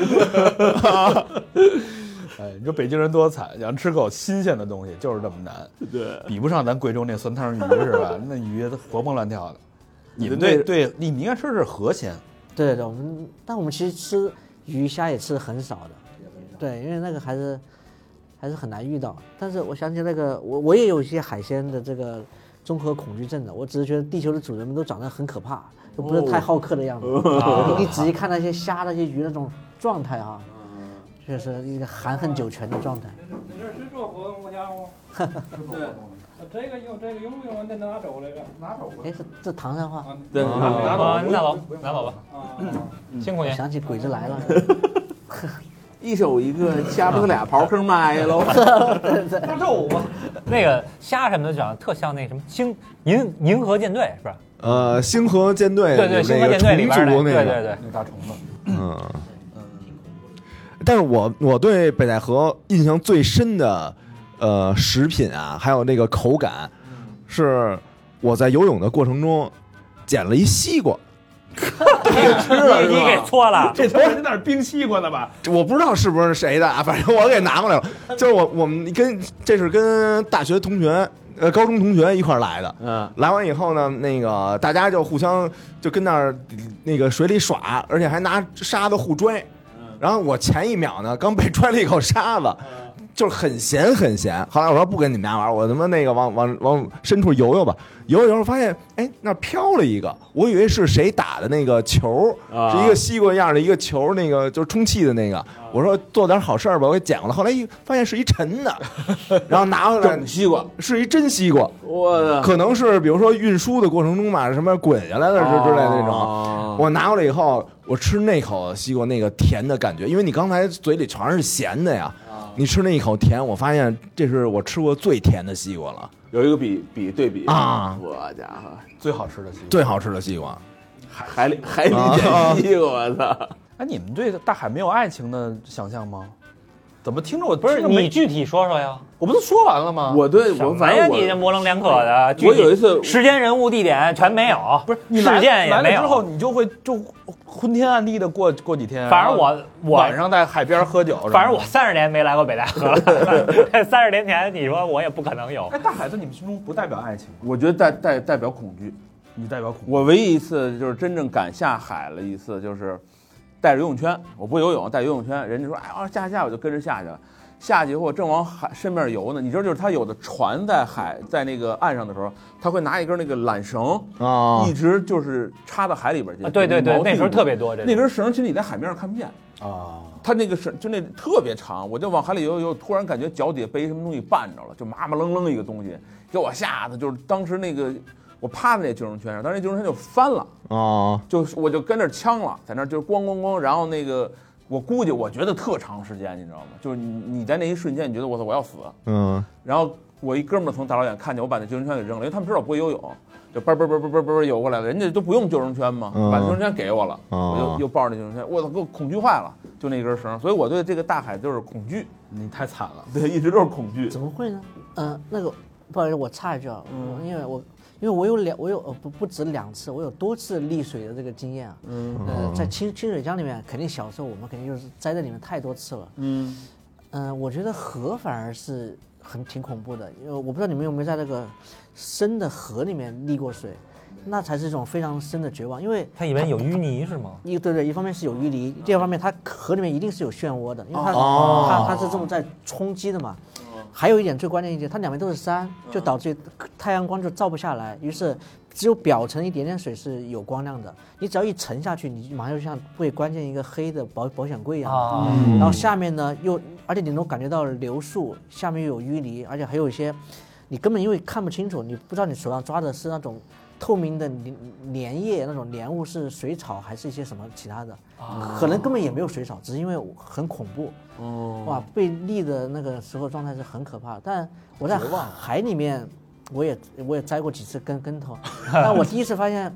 哎，你说北京人多惨，想吃口新鲜的东西就是这么难，对，比不上咱贵州那酸汤鱼是吧？那鱼它活蹦乱跳的。你们对
那
对，你们应该吃的是河鲜，
对对对，我们但我们其实吃鱼虾也吃的很少的，对，因为那个还是还是很难遇到。但是我想起那个，我我也有一些海鲜的这个综合恐惧症的，我只是觉得地球的主人们都长得很可怕，都不是太好客的样子。 你仔细看那些虾、那些鱼那种状态哈、就是一个含恨九泉的状态。
你这是做活动不家 伙？对，这个用这个用不用？再拿走来着？拿走
哎，这这唐山话，
对
啊，
嗯
拿走嗯拿走吧，
啊，
辛苦
我
您。
想起鬼子来了。
一手一个，夹不出俩刨坑卖喽。
拿走吧。
那个虾什么的长得特像那什么星银银河舰队是吧？
呃，星河舰队
对对，星河
那个
舰队里
重
边的，
组那
对对
个，
对。
那大虫子，
嗯。但是我我对北戴河印象最深的，呃，食品啊，还有那个口感，是我在游泳的过程中捡了一西瓜，
你你给搓了，
这他妈人那是冰西瓜呢吧？
我不知道是不是谁的，啊，反正我给拿过来了。就是我我们跟这是跟大学同学，呃，高中同学一块儿来的。
嗯，
来完以后呢，那个大家就互相就跟那儿那个水里耍，而且还拿沙子互拽。然后我前一秒呢，刚被拽了一口沙子，就是很咸很咸。后来我说不跟你们俩玩，我他妈那个往往往深处游游吧，游着游着发现，哎，那儿飘了一个，我以为是谁打的那个球，
啊
是一个西瓜样的一个球，那个就是充气的那个。我说做点好事儿吧，我给捡过来。后来一发现是一沉 的，然后拿回来
整西瓜，
是一真西瓜，
我
可能是比如说运输的过程中吧，什么滚下来了之之类的那种。
种
我拿回来以后，我吃那口西瓜那个甜的感觉，因为你刚才嘴里全是咸的呀，你吃那一口甜，我发现这是我吃过最甜的西瓜了，
有一个比比对比
啊
我家伙，
最好吃的西瓜。
最好吃的西瓜。
海海里海里捡西瓜，我操！
哎，你们对大海没有爱情的想象吗？怎么听着我
不是
听着没
你具体说说呀？
我不都说完了吗？
我对
什
我
么
反
呀？
正
你这
我
模棱两可的。具
我
体
有一次
时间、人物、地点全没有，
不是你来
事件也
来
没
了之后，
有。
你就会就昏天暗地的过过几天。
反正
然
我
后
我
晚上在海边喝酒，
反正我三十年没来过北戴河了，三十年前你说我也不可能有
哎，大海在你们心中不代表爱情，
我觉得代代代表恐惧，
你代表恐
我唯一一次就是真正敢下海了一次，就是带着游泳圈，我不游泳，带游泳圈，人家说哎啊下下，我就跟着下去了。下去以后，我正往海身边游呢，你知道，就是他有的船在海在那个岸上的时候，他会拿一根那个缆绳，
啊
哦
一直就是插到海里边去
啊。对对对，
哎毛
那时候
地
特别多这种。
那根绳，其实你在海面上看不见，
啊。
哦
它那个绳就那特别长，我就往海里游游，突然感觉脚底下被一什么东西绊着了，就麻麻愣愣一个东西，给我吓得就是当时那个我趴在那救生圈上，当时那救生圈就翻了。
啊，
就是我就跟那儿呛了，在那儿就是咣咣咣，然后那个我估计我觉得特长时间，你知道吗？就是你你在那一瞬间，你觉得我操我要死，
嗯，
然后我一哥们儿从大老远看见我把那救生圈给扔了，因为他们知道我不会游泳，就嘣嘣嘣嘣嘣嘣游过来了，人家都不用救生圈嘛，
嗯
把救生圈给我了，
哦
我就又抱着那救生圈，我操给我恐惧坏了，就那根绳，所以我对这个大海就是恐惧，
你太惨了，
对，一直都是恐惧。
怎么会呢？嗯，那个不好意思，我插一句啊，我因为我因为我有两，我有呃不不止两次，我有多次溺水的这个经验啊。嗯，呃，在清清水江里面，肯定小时候我们肯定就是栽在里面太多次了。嗯，我觉得河反而是很挺恐怖的，因为我不知道你们有没有在那个深的河里面溺过水，那才是一种非常深的绝望，因为。
它里面有淤泥是吗？
一对对，一方面是有淤泥，第二方面它河里面一定是有漩涡的，因为它、它它是这么在冲击的嘛。还有一点最关键一点，它两边都是山，就导致于太阳光就照不下来，于是只有表层一点点水是有光亮的，你只要一沉下去，你马上就像被关进一个黑的保保险柜一样。
啊，
然后下面呢又，而且你能感觉到流速，下面又有淤泥，而且还有一些，你根本因为看不清楚，你不知道你手上抓的是那种透明的粘粘液，那种粘物是水草还是一些什么其他的，可能根本也没有水草，只是因为很恐怖。哇，被溺的那个时候状态是很可怕的。但我在海里面，我也我也栽过几次跟跟头，但我第一次发现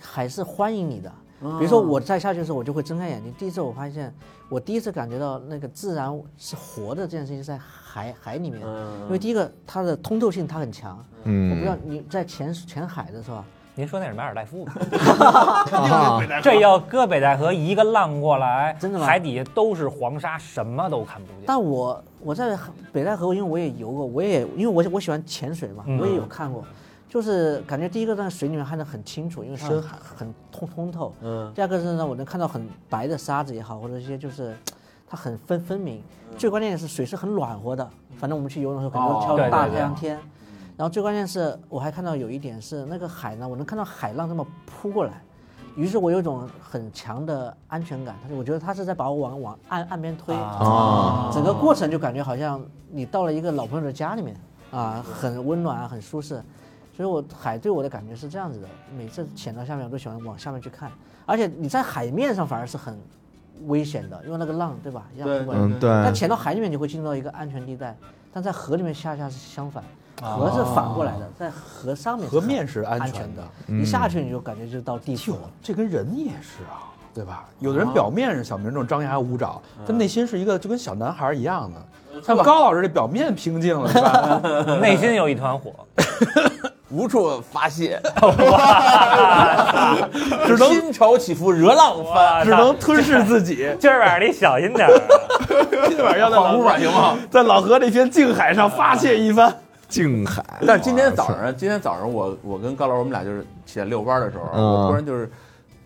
海是欢迎你的。比如说我在下去的时候，我就会睁开眼睛。第一次我发现，我第一次感觉到那个自然是活的这件事情是在海海里面，因为第一个它的通透性它很强。我不知道你在潜潜海的时候啊，
您说那是马尔代夫吧？
啊，
这要搁北戴河一个浪过来，
真的吗
海底下都是黄沙，什么都看不见。
但我我在北戴河，因为我也游过，我也因为我我喜欢潜水
嗯
嘛，我也有看过，就是感觉第一个在水里面看得很清楚，因为它
嗯
很很通通透。嗯。第二个是呢，我能看到很白的沙子也好，或者一些就是它很分分明。最关键的是水是很暖和的，反正我们去游泳的时候肯定
哦
会挑
嗯对对
大
对
太阳天。然后最关键是我还看到有一点是那个海呢，我能看到海浪这么扑过来。于是我有一种很强的安全感，我觉得他是在把我往往岸岸边
啊
推，啊
哦
整个过程就感觉好像你到了一个老朋友的家里面啊，很温暖，很舒适。所以我海对我的感觉是这样子的，每次潜到下面我都喜欢往下面去看，而且你在海面上反而是很危险的，因为那个浪对吧？一样
对
冲过来
嗯，对，
但潜到海里面你会进入到一个安全地带，但在河里面恰恰是相反，河是反过来的，在河上面
啊
是
河面是安
安
全
全
的嗯
的，一下去你就感觉就到地府了。
这跟人也是啊，嗯对吧？有的人表面是小民众，张牙舞爪，但内心是一个就跟小男孩一样的。像高老师这表面平静了，是吧？
内心有一团火，
无处发 泄，
只能
心潮起伏，惹浪 翻。
只能吞噬自 己。
今儿晚上你小心点儿。
今晚要在老
跑步吧行吗？
在老何这片静海上发泄一番。
静海。
但是今天早上，今天早上我我跟高老师我们俩就是起来遛弯儿的时候，
嗯
我突然就是。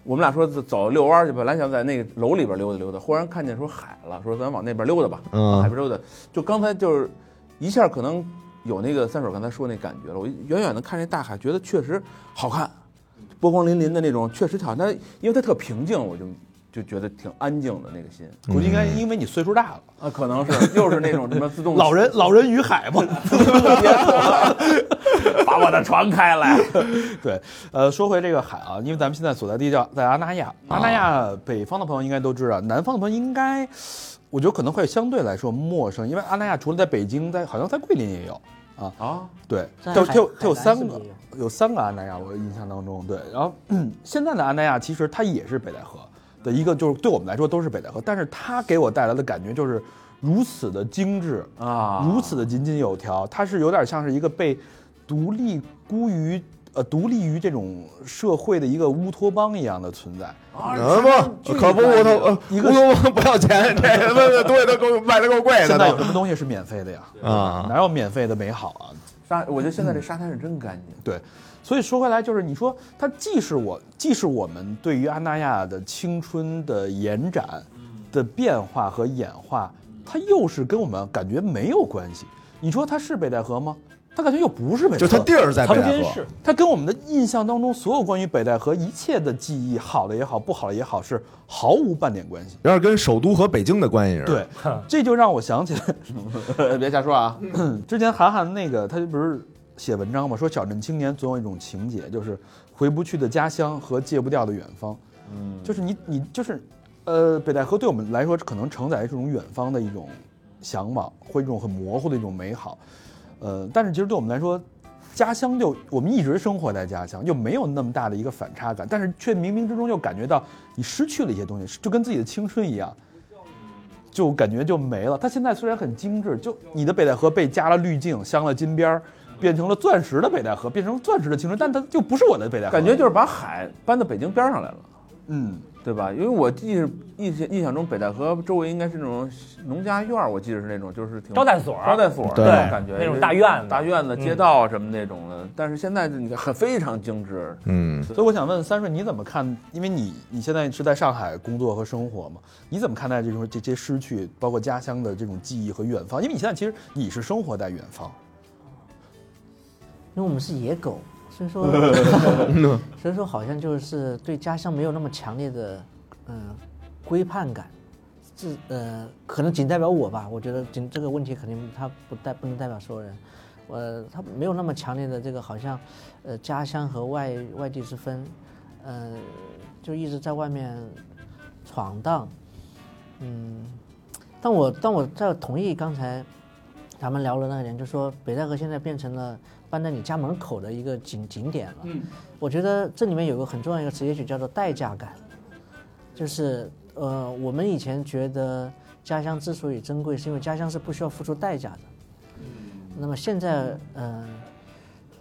我们俩说走遛弯儿去，本来想在那个楼里边溜达溜达，忽然看见说海了，说咱往那边溜达吧，
嗯
往海边溜达。就刚才就是一下可能有那个三水刚才说那感觉了，我远远的看这大海，觉得确实好看，波光粼粼的那种，确实好。它因为它特平静，我就就觉得挺安静的那个心
估计应该因为你岁数大了，
啊，可能 是又是那种什么自动
嗯 老人老人与海嘛。
把我的船开来，
对，呃，说回这个海啊，因为咱们现在所在地叫在阿那亚，阿那亚北方的朋友应该都知道，南方的朋友应该，我觉得可能会相对来说陌生，因为阿那亚除了在北京，在好像在桂林也有啊
啊。
对，它
在
有
海
它有它有
海南
三
是
个
不是也
有三个安南亚，我印象当中对。然后、嗯现在的安南亚其实它也是北戴河的一个，就是对我们来说都是北戴河，但是它给我带来的感觉就是如此的精致
啊
如此的井井有条，它是有点像是一个被独立孤于呃独立于这种社会的一个乌托邦一样的存在。
啊不，可不，我头呃
一个
乌龙不 要钱，这他妈的东西都够卖的够贵
现
的
在有什
都
么东西是免费的呀？
啊
哪有免费的美好啊？
沙，我觉得现在这沙滩是真干净。
对，所以说回来就是，你说它既是我，既是我们对于安那亚的青春的延展、的
嗯
变化和演化，它又是跟我们感觉没有关系。你说它是北戴河吗？它感觉又不是北戴河，
就它地儿在北戴河
曾经是它跟我们的印象当中所有关于北戴河一切的记忆，好的也好，不好的也好，是毫无半点关系。
有点跟首都和北京的关系似的。
对，这就让我想起来，
别瞎说啊！
嗯
之前韩寒那个，他不是写文章嘛，说小镇青年总有一种情节，就是回不去的家乡和戒不掉的远方。嗯，就是你你就是，呃，北戴河对我们来说可能承载这种远方的一种向往，或一种很模糊的一种美好。呃，但是其实对我们来说，家乡就我们一直生活在家乡，就没有那么大的一个反差感，但是却冥冥之中就感觉到你失去了一些东西，就跟自己的青春一样，就感觉就没了。它现在虽然很精致，就你的北戴河被加了滤镜，镶了金边儿，变成了钻石的北戴河，变成了钻石的青春，但它就不是我的北戴河，
感觉就是把海搬到北京边上来了，
嗯，
对吧？因为我记得印象印象中北戴河周围应该是那种农家院儿，我记得是那种就是挺
招待所儿
招待所儿
对
那种感觉
那种大院子嗯
大院子、街道什么那种的。但是现在你看很非常精致，
嗯，
所以我想问三顺，你怎么看？因为你你现在是在上海工作和生活嘛，你怎么看待这种这些失去，包括家乡的这种记忆和远方？因为你现在其实你是生活在远方，
因为我们是野狗，所以说，所以说好像就是对家乡没有那么强烈的嗯、呃规判感，这呃可能仅代表我吧，我觉得仅这个问题肯定它不代不能代表所有人，呃，它没有那么强烈的这个好像呃家乡和外外地之分，呃，就一直在外面闯荡，嗯，但我但我在同意刚才咱们聊了那个人，就说北戴河现在变成了搬在你家门口的一个景景点了。嗯，我觉得这里面有个很重要一个词，也许叫做代价感，就是呃，我们以前觉得家乡之所以珍贵，是因为家乡是不需要付出代价的。那么现在，呃，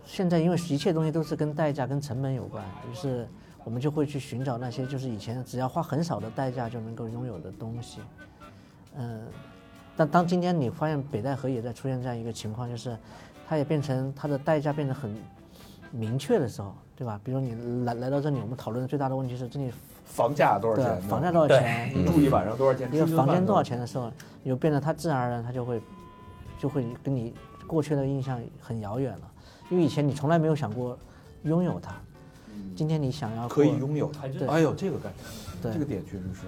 现在因为一切东西都是跟代价、跟成本有关，于是我们就会去寻找那些就是以前只要花很少的代价就能够拥有的东西。嗯、但当今天你发现北戴河也在出现这样一个情况，就是它也变成它的代价变得很明确的时候，对吧？比如你来来到这里，我们讨论的最大的问题是这里
房价多少
对
钱？嗯
房价多少钱，
你住一晚上多少钱？
一个
吃顿
房间
饭
多少？钱的时候，你就变得它自然而然它就会就会跟你过去的印象很遥远了，因为以前你从来没有想过拥有它，今天你想要
嗯可以
过
拥有它
对。
哎呦，这个概
对
念，这个点确实是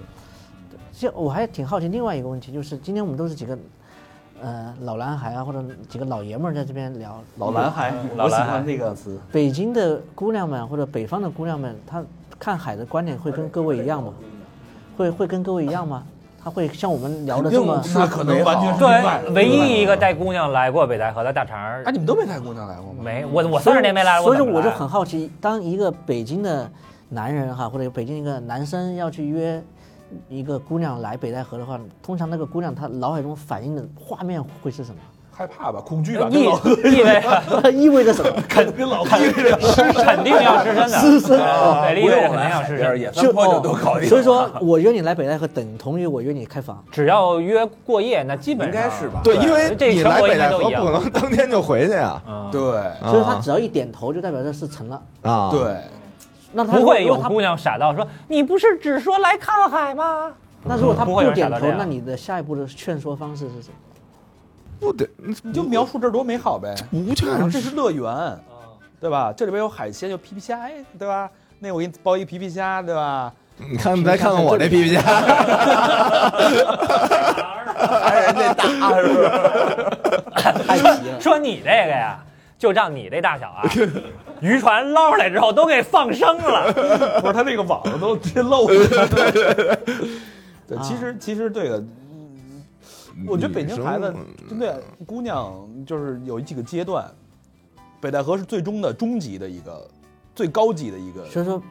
这我还挺好奇另外一个问题，就是今天我们都是几个呃老男孩啊，或者几个老爷们儿在这边聊
嗯老男孩，我喜欢这个词。
北京的姑娘们或者北方的姑娘们，她看海的观点会跟各位一样吗？会会跟各位一样吗？她会像我们聊的这么
肯定是那可能完全是另外
对，唯一一个带姑娘来过北戴河的大肠儿
哎，，你们都没带姑娘来过吗？
没我我三十年没来了，
啊所以
怎
说
么
我就
来啊
很好奇，当一个北京的男人哈，或者北京一个男生要去约一个姑娘来北戴河的话，通常那个姑娘她脑海中反映的画面会是什 么？
害怕吧，恐惧吧，跟
意
老
意味
意味着什么？
跟老跟
是肯定要吃身的，啊
是是
对，意味着肯定要吃身。
也
就哦所以说我约你来北戴河，等同于我约你开房。
只要约过夜，那基本
应该是吧？
对，因为
这
你
全
来
国
北
应该
戴
都
河
一
不
样。
能当天就回去啊
嗯，
对
所以他只要一点头，就代表这事成了。
啊！，
对，
那他
不会
如
有
果他
姑娘傻到说你不是只说来看海吗？
那如果他
不
不
会有人
点
想到
头
这，样
那你的下一步的劝说方式是什么？
不得
你就描述这儿多美好呗。
不确
然后这是乐园，
啊
对吧？这里边有海鲜，有皮皮虾，哎，对吧？那我给你包一皮皮虾，对吧？
你看，再看看我这皮皮虾，
哎，那大是不是？
说你这个呀，就照你这大小啊，渔船捞上来之后都给放生了。
不是，他那个网上都直接露出来了。 对，其
啊
实其实这个，我觉得北京孩子针对姑娘就是有几个阶段，北戴河是最终的终极的一个最高级的一个，
所以说，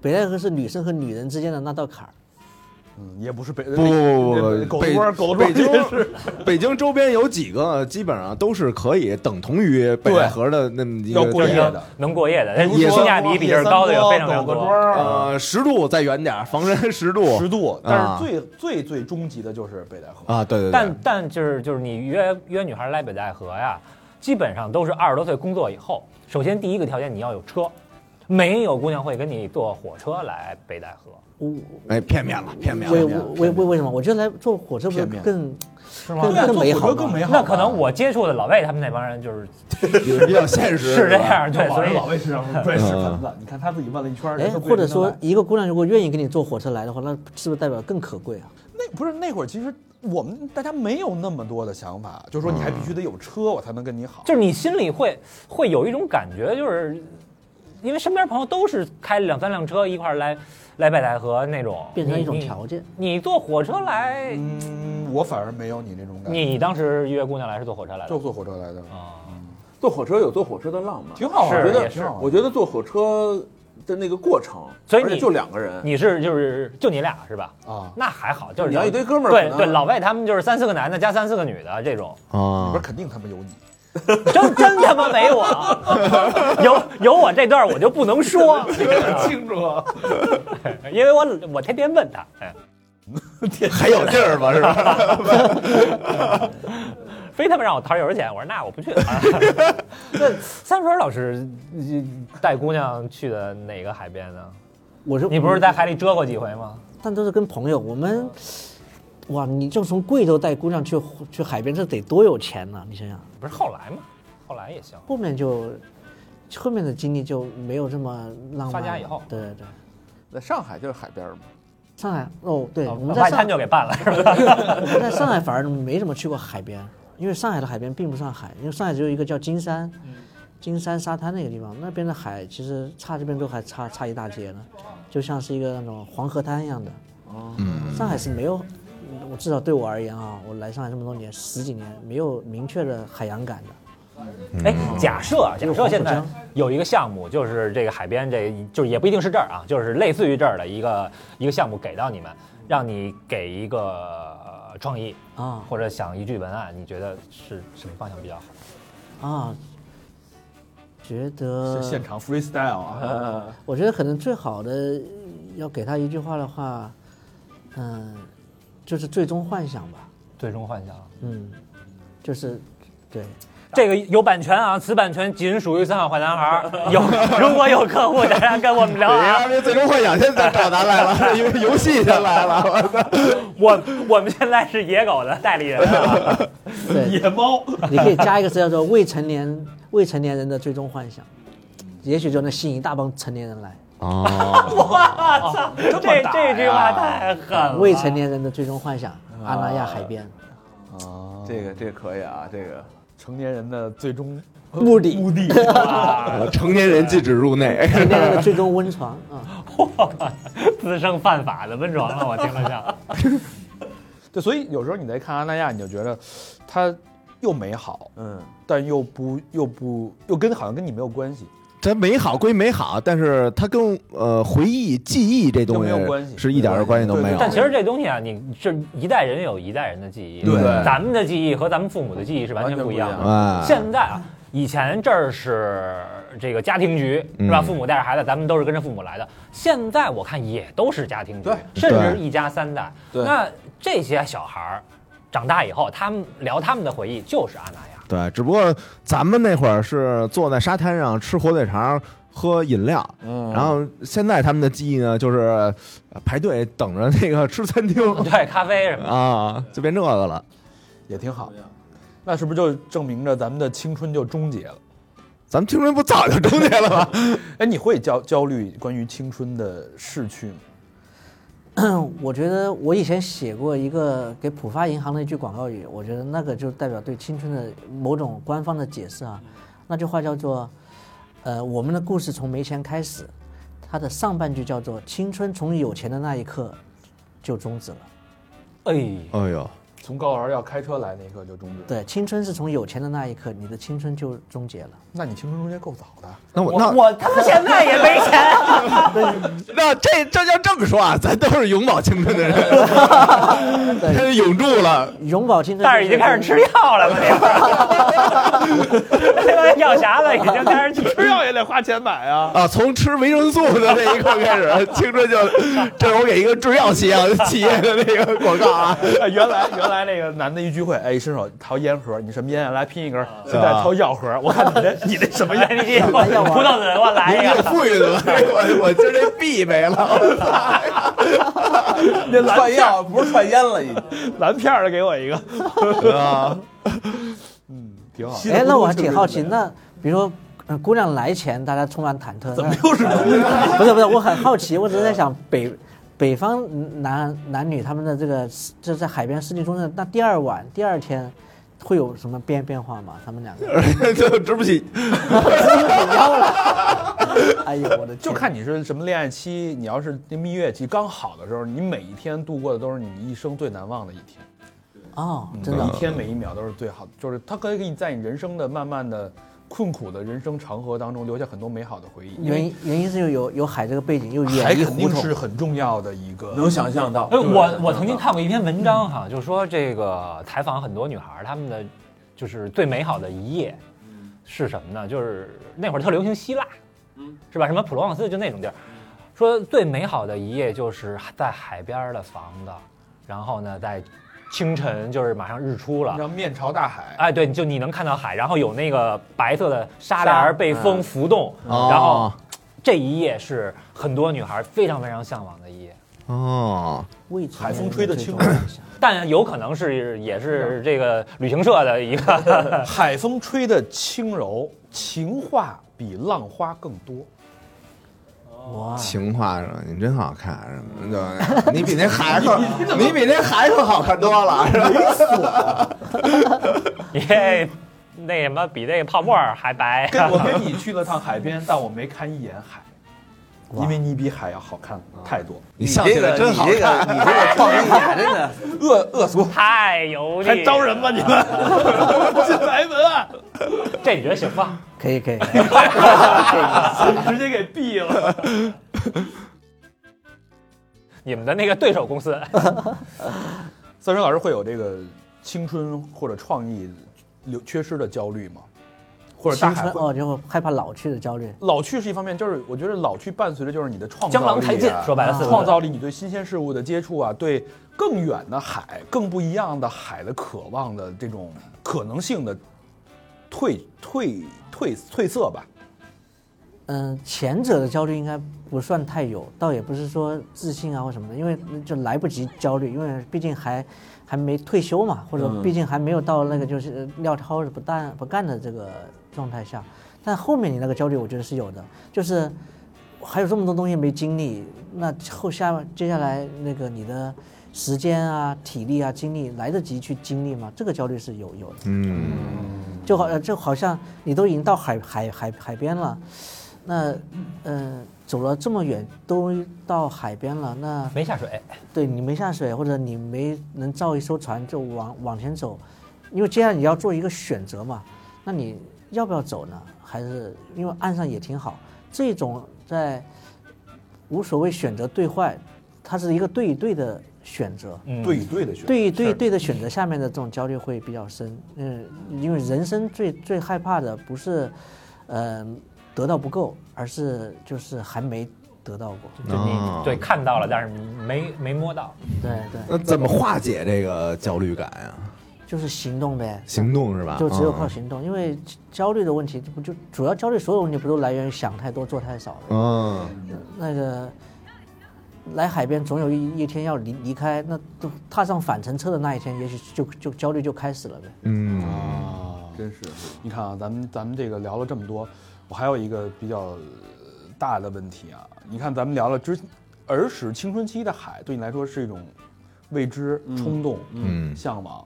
北戴河是女生和女人之间的那道坎儿。
嗯，也不是北
不不不不，
狗
北
庄狗
北
庄
京
也是
北京周边有几个基本上都是可以等同于北戴河的那么一
要过
个
夜
点。
的，
能过夜的，但
野
是性价比比这儿高的也非常非常
狗
多。
庄
呃，十度再远点儿，房山十度
十
啊
度，但是最最最终极的就是北戴河。
啊，对对对，
但但就是就是你约约女孩来北戴河呀，基本上都是二十多岁工作以后。首先第一个条件你要有车，没有姑娘会跟你坐火车来北戴河，
我
哎，片面了，片面
为
了。
为为为什么？我觉得来坐火车不是
片面
更
是吗
更？
对啊
更美
坐火
好
车
吗
更？美好吧。
那可能我接触的老魏他们那帮人就是
比较现实，
是这
吧。
样，对，所以
老魏身上拽屎
嗯
盆子，你看他自己问了一圈儿，
哎，
他不
或
也
者
跟他
说
来
一个姑娘如果愿意跟你坐火车来的话，那是不是代表更可贵啊？
那不是那会儿，其实我们大家没有那么多的想法，就是说你还必
嗯
须得有车，我才能跟你好。
就是你心里会会有一种感觉，就是因为身边朋友都是开两三辆车一块儿来来北戴河那种，
变成一种
你
条件。
你你坐火车来，
嗯，我反而没有你那种感觉，
你当时约姑娘来是坐火车来的
就坐火车来的，
啊？
坐火车有坐火车的浪漫，
挺好啊
是
玩
我觉
的，
得
也是哦
挺好玩的。
我觉得坐火车的那个过程，
所以
而且
你
就两个人，
你是就是就你俩是吧？
啊，
那还好，就是
你要一堆哥们儿可
对
能
对，老外他们就是三四个男的加三四个女的这种，
里
嗯
啊
边肯定他们有你，
真真他妈没我，有有我这段我就不能说，
清楚。
因为我我天天问他，哎，
还有地儿吗？是吧？
非他妈让我掏油钱，我说那我不去。 那三水老师呃带姑娘去的哪个海边呢？
我说
你不是在海里蛰过几回吗？
但都是跟朋友。我们，哇，你就从贵州带姑娘去去海边，这得多有钱呢、你想想，
不是后来吗？后来也行。
后面就后面的经历就没有这么浪漫了。
发家以后
对对对，
在上海就是海边嘛，
上海哦，对，我们在
外
上
滩就给办了，是吧？
我们在上海反而没怎么去过海边，因为上海的海边并不上海，因为上海只有一个叫金山，金山沙滩那个地方，那边的海其实差这边都还差差一大截呢，就像是一个那种黄河滩一样的。哦，上海是没有，我至少对我而言啊，我来上海这么多年，十几年没有明确的海洋感的。
哎，假设啊假
有
设
嗯黄浦
现在
江
有一个项目，就是这个海边这，就是也不一定是这儿啊，就是类似于这儿的一个一个项目给到你们，让你给一个呃创意
啊
或者想一句文案，你觉得是什么方向比较好？
啊，觉得
现场 freestyle 啊，
我觉得可能最好的要给他一句话的话，嗯，就是最终幻想吧，
最终幻想，
嗯，就是对，
这个有版权啊，此版权仅属于三好坏男孩 儿。有如果有客户想要跟我们聊啊，
哎这最终幻想现在找咱来了，因为游戏先来了，我操！
我我们现在是野狗的代理人啊。
对，
野猫，
你可以加一个词叫做未成年未成年人的最终幻想，也许就能吸引一大帮成年人来。
哦，
我操，这这句话太狠了。
未成年人的最终幻想，阿那亚海边，
嗯
这个这个可以啊，这个
成年人的最终
目的，
目 的，
成年人禁止入内。
成年人的最终温床啊，
滋生犯法的温 床了，啊我听了像。
对，所以有时候你在看阿那亚，你就觉得他又美好，
嗯，
但又不又不又跟好像跟你没有关系，
它美好归美好，但是它跟呃回忆、记忆这东
就没有关
西
系
是一点儿关系都没有。
但其实这东西啊，你这一代人有一代人的记忆，
对
咱们的记忆和咱们父母的记忆是完全不一样
完全不一
的。
啊，
现在啊，以前这儿是这个家庭局是吧？
嗯
父母带着孩子，咱们都是跟着父母来的。现在我看也都是家庭局，甚至一家三代。
对
那这些小孩儿长大以后，他们聊他们的回忆就是阿那亚。
对，只不过咱们那会儿是坐在沙滩上吃火腿肠、喝饮料，
嗯
然后现在他们的记忆呢，就是呃排队等着那个吃餐厅
对，咖啡什么的。
啊，就变这个了。
也挺好。那是不是就证明着咱们的青春就终结了？
咱们青春不早就终结 了吗？
哎，你会焦焦虑关于青春的逝去吗？
嗯我觉得我以前写过一个给浦发银行的一句广告语，我觉得那个就代表对青春的某种官方的解释啊。那句话叫做，呃，我们的故事从没钱开始，它的上半句叫做青春从有钱的那一刻就终止了。
哎。
哎呦，
从高而要开车来那一刻就终止了。
对，青春是从有钱的那一刻，你的青春就终结了。
那你青春终结够 早的。
那我
我
那
我他妈现在也没钱，
那这这要这么说啊，咱都是永葆青春的 人， 他是永驻了。
永葆青春，
但是已经开始吃药了嘛？那会儿，那帮 药匣子已经开始吃药。
也得花钱买啊。
啊，从吃维生素的那一刻开始， 青春就，这是我给一个制药企业企业的那个广告 啊，
哎原来原来那个男的一聚会，哎，一伸手掏烟盒，你什么烟啊？来拼一根。现在掏药盒，我看你这你这什么烟？
你 葡萄籽，哎我哎来
你
一
给
个。
富裕的了，我我今儿这币没了，
串药不是串烟了，已经。
蓝片儿的给我一个，
啊，
挺好。
哎，那我还挺好奇，那比如说。呃姑娘来前，大家充满忐忑。怎么 又是姑娘？不是不是，我很好奇，我只是在想北北方男男女他们的这个这在海边世纪中的那第二晚第二天会有什么变变化吗？他们两个
就值不起。
不要了。 哎呦我的天，
就看你是什么恋爱期，你要是那蜜月期刚好的时候，你每一天度过的都是你一生最难忘的一天，嗯
哦，真
每
的
一天每一秒都是最好的，就是它可以给你在你人生的慢慢的困苦的人生长河当中留下很多美好的回忆，因
原
为
因原因是有有有海这个背景，又
海
远离
肯
胡
定
同
是。很重要的一个。
能想象到。 啊
哎，我我曾经看过一篇文章哈，就说这个采访很多女孩儿，她们的就是最美好的一夜是什么呢？就是那会儿特流行希腊，
嗯
是吧？什么普罗旺斯就那种地儿，说最美好的一夜就是在海边儿的房子，然后呢，在清晨就是马上日出了
你知。道面朝大海，
哎，对，就你能看到海，然后有那个白色的沙嗯帘儿被风浮动，
哦
然后这一夜是很多女孩非常非常向往的一夜。
哦，
未成
海风
年人
吹得
最
轻
终幻想
但有可能是也是
哎
这个旅行社的一个
海风吹得轻柔，情话比浪花更多。
哇，
情话说你真好看什么的，你比那孩子， 你比那孩子好看多了，是吧？
你这那什么比那个泡沫儿还白。
跟我跟你去了趟海边，但我没看一眼海，因为你比海要好看太多。
你笑起来真好
你这个你这个创意啊，真的
恶恶俗，
太油腻，还招人吗？你们进白门啊！这你觉得行吗？
可 以可以，
直接给毙了。
你们的那个对手公司，
三生老师会有这个青春或者创意流缺失的焦虑吗？或者大
青
海
春
会
哦，就会害怕老去的焦虑。
老去是一方面，就是我觉得老去伴随着就是你的创造
江
力、啊、
郎才尽，说白了四个字
创造力，你对新鲜事物的接触啊，对更远的海、更不一样的海的渴望的这种可能性的退退退褪色吧。
嗯、前者的焦虑应该不算太有，倒也不是说自信啊或什么的，因为就来不及焦虑，因为毕竟还还没退休嘛，或者毕竟还没有到那个就是撂挑子不干不干的这个状态下。但后面你那个焦虑，我觉得是有的，就是还有这么多东西没经历，那后下接下来那个你的时间啊、体力啊、精力来得及去经历吗？这个焦虑是有有的。
嗯，
就好呃就好像你都已经到海海海海边了，那呃走了这么远都到海边了，那
没下水，
对你没下水或者你没能造一艘船就往往前走，因为接下来你要做一个选择嘛，那你要不要走呢？还是因为岸上也挺好，这种在无所谓选择对坏，它是一个对与对的选择，
嗯
对与对的选择，
对对
是
对的选择下面的这种焦虑会比较深，嗯，因为人生最最害怕的不是，呃，得到不够，而是就是还没得到过。
就你对看到了，但是没没摸到。
对对，
那怎么化解这个焦虑感呀？
就是行动呗，
行动是吧？
就只有靠
嗯
行动，因为焦虑的问题，这不就主要焦虑所有问题不都来源于想太多做太少吗？
嗯，
那个来海边总有一一天要离离开，那都踏上返程车的那一天，也许就就焦虑就开始了呗。
嗯，
啊，
真是
你看啊，咱们咱们这个聊了这么多，我还有一个比较呃大的问题啊。你看，咱们聊了之儿时青春期的海，对你来说是一种未知、冲动、
嗯
向往。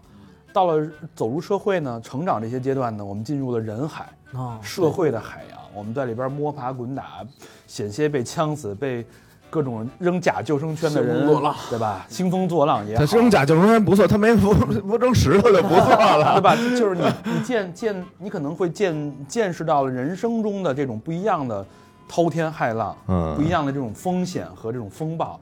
到了走入社会呢，成长这些阶段呢，我们进入了人海、
哦，
社会的海洋，我们在里边摸爬滚打，险些被呛死，被各种扔假救生圈的
兴风
人
作浪，
对吧？兴风作浪也好，
他扔假救生圈不错，他没不不扔石头就不错了。
对吧？就是你你见见你可能会见见识到了人生中的这种不一样的滔天骇浪，
嗯
不一样的这种风险和这种风暴。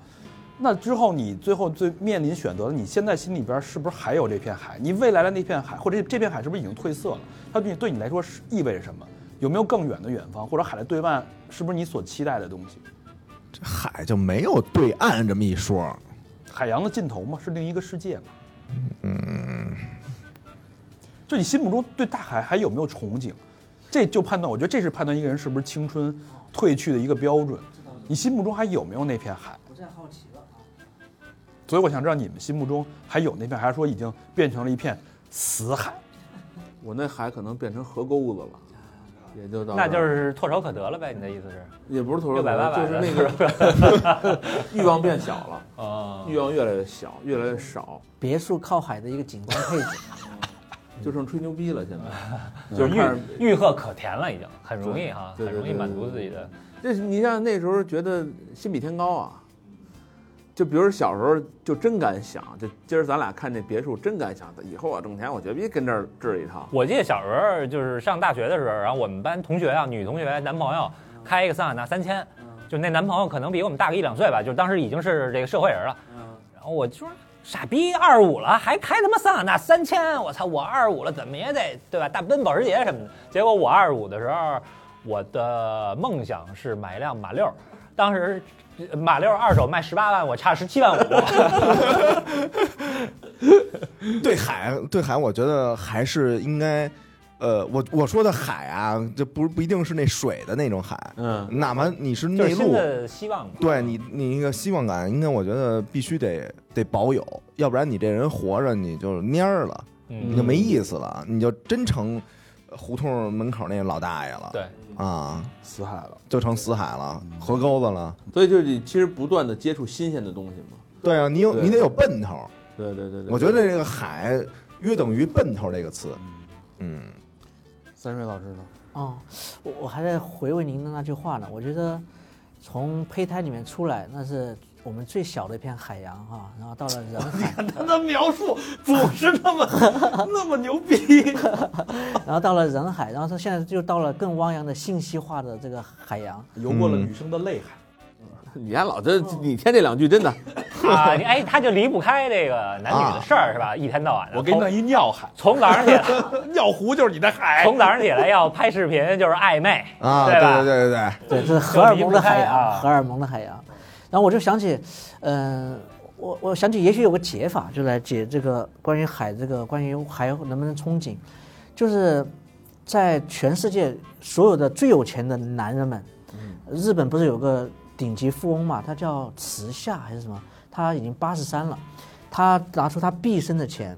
那之后，你最后最面临选择的，你现在心里边是不是还有这片海？你未来的那片海，或者这这片海是不是已经褪色了？它对你对你来说是意味着什么？有没有更远的远方，或者海的对岸，是不是你所期待的东西？
海就没有对岸这么一说，
海洋的尽头吗？是另一个世界吗？嗯，就你心目中对大海还有没有憧憬？这就判断，我觉得这是判断一个人是不是青春褪去的一个标准。你心目中还有没有那片海？
不再好奇了。啊
所以我想知道你们心目中还有那片，还是说已经变成了一片死海？
我那海可能变成河沟子了，也就到
那
这
就
儿
是唾手可得了呗？你的意思是？
也不是头
六百八百
就 是那
的
个 欲望变小了，
哦
欲望越来越小，越来越少，
别墅靠海的一个景观配置。
就剩吹牛逼了。现在
嗯就
就是是看着
欲欲壑可甜了，已经很容易哈，
对
很
对
容易
对对
满足自己的。
这是你像那时候觉得心比天高啊，就比如小时候就真敢想，就今儿咱俩看这别墅真敢想，以后我挣钱我绝逼跟这儿置一套。
我记得小时候就是上大学的时候，然后我们班同学啊，女同学男朋友开一个桑塔纳三千，就那男朋友可能比我们大个一两岁吧，就当时已经是这个社会人了。然后我就说傻逼二五了还开他妈桑塔纳三千，我操！我二五了怎么也得对吧？大奔保时捷什么的。结果我二五的时候，我的梦想是买一辆马六，当时呃马六二手卖十八万，我差十七万五。
对海，对海，我觉得还是应该，呃，我我说的海啊，就不不一定是那水的那种海，
嗯，
哪怕你是
就
内
是新
陆，
的希望嘛。
对你你那个希望感，应该我觉得必须得得保有，要不然你这人活着你就蔫儿了，你
嗯，
就没意思了，你就真成胡同门口那老大爷了。
对，嗯
啊，
死海了。
就成死海了，河沟子了。
所以就是你其实不断的接触新鲜的东西嘛。
对啊，你有
对
你得有奔头。
对对对对，
我觉得这个海约等于奔头这个词，嗯，
三水老师呢？
哦，我我还在回味您的那句话呢。我觉得从胚胎里面出来，那是我们最小的一片海洋哈、然后到了人海，
他的描 述总是那么那么牛逼，
然后到了人海，然后他现在就到了更汪洋的信息化的这个海洋。
游过了女生的泪海。
你家老这你添这两句真的，
啊，你哎，他就离不开这个男女
啊
的事儿、是吧？一天到晚的，
我给你弄
从
一尿海，
从早上起 来，
尿壶就是你的 海。
从早上起来要拍视频就是暧昧
啊，对
对吧？
对对对对，
对，这是荷尔蒙的海
就离不开啊
洋，荷尔蒙的海洋。然后我就想起，嗯、我我想起也许有个解法，就来解这个关于海这个关于海能不能憧憬，就是在全世界所有的最有钱的男人们，
嗯
日本不是有个顶级富翁嘛，他叫池下还是什么？他已经八十三了，他拿出他毕生的钱，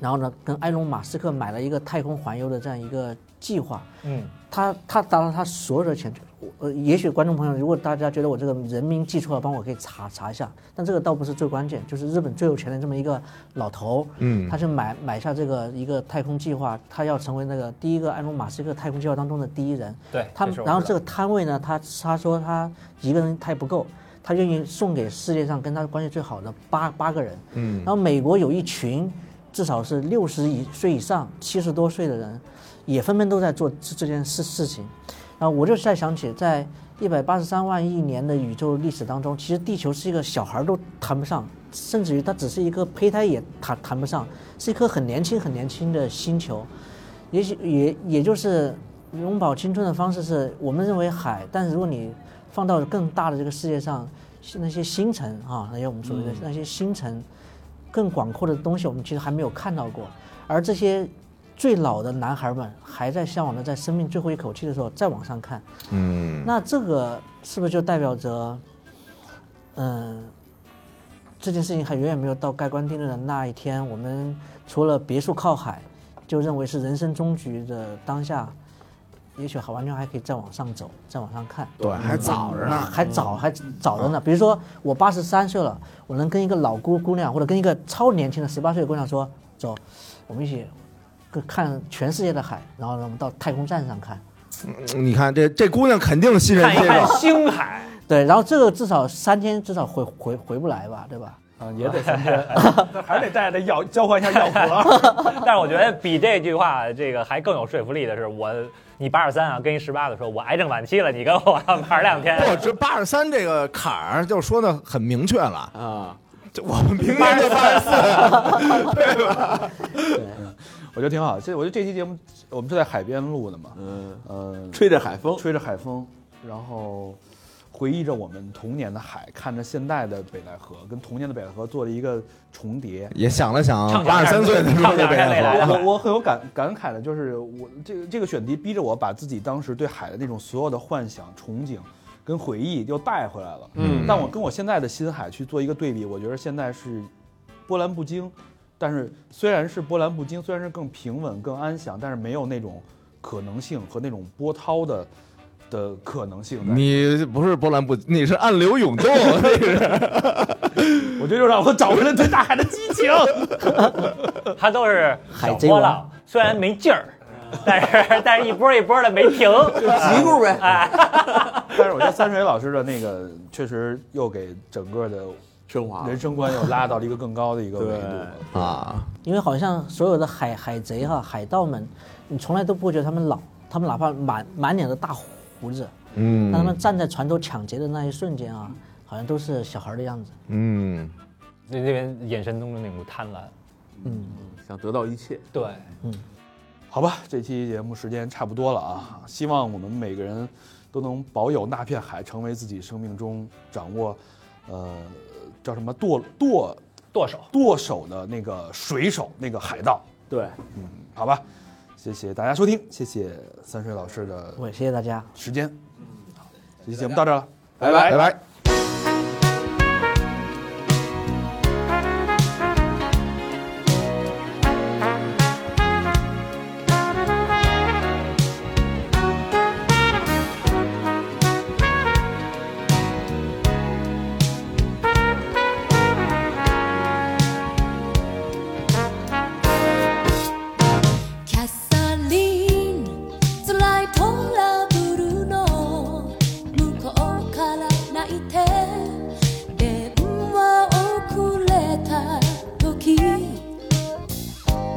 然后呢，跟埃隆·马斯克买了一个太空环游的这样一个计划。
嗯，
他他达到他所有的钱，我呃，也许观众朋友，如果大家觉得我这个人名记错了，帮我可以查查一下。但这个倒不是最关键，就是日本最有钱的这么一个老头，
嗯
他去买买下这个一个太空计划，他要成为那个第一个埃隆·马斯克太空计划当中的第一人。
对
他
这是我
然后
知道
这个摊位呢，他他说他一个人他也不够，他愿意送给世界上跟他关系最好的八八个人。
嗯
然后美国有一群至少是六十以岁以上、七十多岁的人，也纷纷都在做这这件事事情。然后我就在想起，在一百八十三万亿年的宇宙历史当中，其实地球是一个小孩儿都谈不上，甚至于它只是一个胚胎也谈谈不上，是一颗很年轻很年轻的星球。也许也也就是永葆青春的方式是我们认为海，但是如果你放到更大的这个世界上，是那些星辰啊，那些我们所谓的那些星辰，更广阔的东西，我们其实还没有看到过。而这些最老的男孩们还在向往的，在生命最后一口气的时候再往上看，
嗯
那这个是不是就代表着，嗯、这件事情还远远没有到盖棺定论的那一天？我们除了别墅靠海，就认为是人生终局的当下，也许还完全还可以再往上走，再往上看。
对，还早着呢，
还早，还早着呢。比如说我八十三岁了，我能跟一个老姑姑娘，或者跟一个超年轻的十八岁的姑娘说，走，我们一起看全世界的海，然后呢，我们到太空站上看。
你看这这姑娘肯定信任
看一
这
看
个，
星海，
对，然后这个至少三天至少回回回不来吧，对吧？
啊，也得三 天。
还得带着药交换一下药盒。
但是我觉得比这句话这个还更有说服力的是，我你八十三啊，跟一十八的说，我癌症晚期了，你跟我玩两天，
不，这八十三这个坎儿就说的很明确了，
啊，
这我们明年就八十四，对吧？
我觉得挺好。这我觉得这期节目我们是在海边录的嘛，
嗯，
呃，
吹着海风，
吹着海风，然后回忆着我们童年的海，看着现在的北戴河，跟童年的北戴河做了一个重叠。
也想了想，
畅
八
想
十三岁的时候
畅
就
想
这
未来的
样了，
海
我我很有感感慨的，就是我这个这个选题逼着我把自己当时对海的那种所有的幻想、憧憬跟回忆又带回来了。
嗯
但我跟我现在的新海去做一个对比，我觉得现在是波澜不惊，但是虽然是波澜不惊，虽然是更平稳、更安详，但是没有那种可能性和那种波涛的的可能性在。
你不是波澜不，你是暗流涌动，那是
我觉得又让我找回了对大海的激情。
他都是
海
小
贼
波
王
浪，虽然没劲儿，但是但是一波一波的 没停，啊
嘀咕呗，
但是我觉得三水老师的那个确实又给整个的
升华
人生观又拉到了一个更高的一个维度了。
啊，
因为好像所有的海海贼哈、海盗们，你从来都不会觉得他们老，他们哪怕满满脸的大胡子，
嗯
但他们站在船头抢劫的那一瞬间啊，好像都是小孩儿的样子。
嗯，
那那边眼神中的那股贪婪，
想得到一切，
对，
好吧，这期节目时间差不多了啊，希望我们每个人都能保有那片海，成为自己生命中掌握，呃，叫什么舵舵
剁手。
舵手的那个水手，那个海盗。嗯
对，
好吧，谢谢大家收听，谢谢三水老师的
我谢谢大家。
时间。嗯，好，这期节目到这儿了。
拜拜
拜。拜。
Thank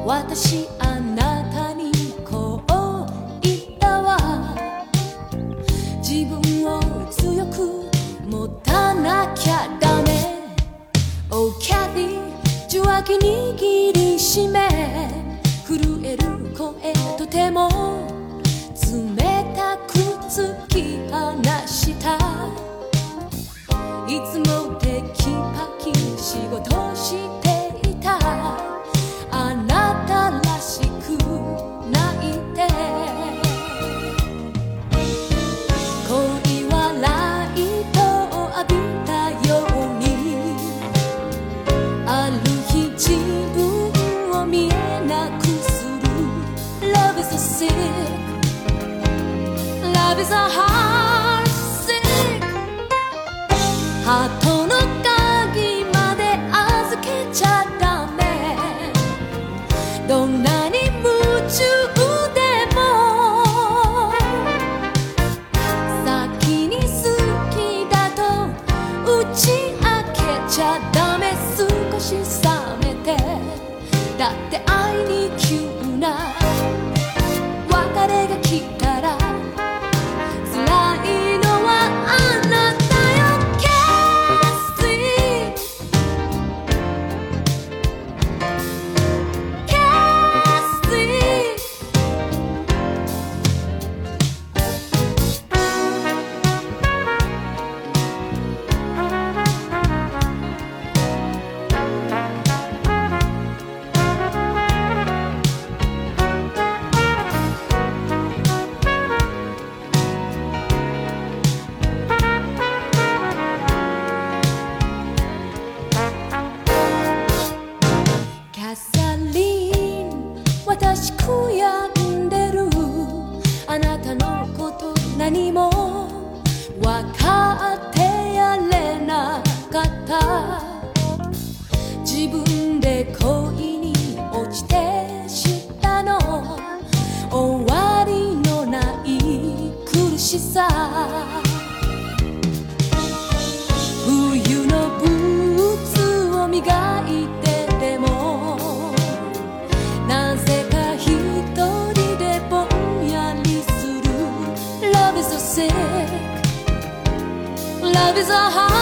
私あなたにこう言ったわ自分を強く持たなきゃダメ Oh Cathy 受話器握りしめ震える声とても冷たく突き放したいつもテキパキ仕事していたあなたらしく泣いて恋はライトを浴びたようにある日自分を見えなくする Love is so sick Love is a heart sick ハートの鍵まで預けちゃダメどんなに夢中でも先に好きだと打ち明けちゃダメ少し冷めてだって愛に急な別れが来たら辛いのはあなたよ Cassie Cassie キャサリン私悔やんでるあなたのこと何も分かってやれなかった自分で恋に落ちて知ったの終わりのない苦しさ冬のブーツを磨いててもなぜか一人でぼんやりする Love is a sick Love is a heart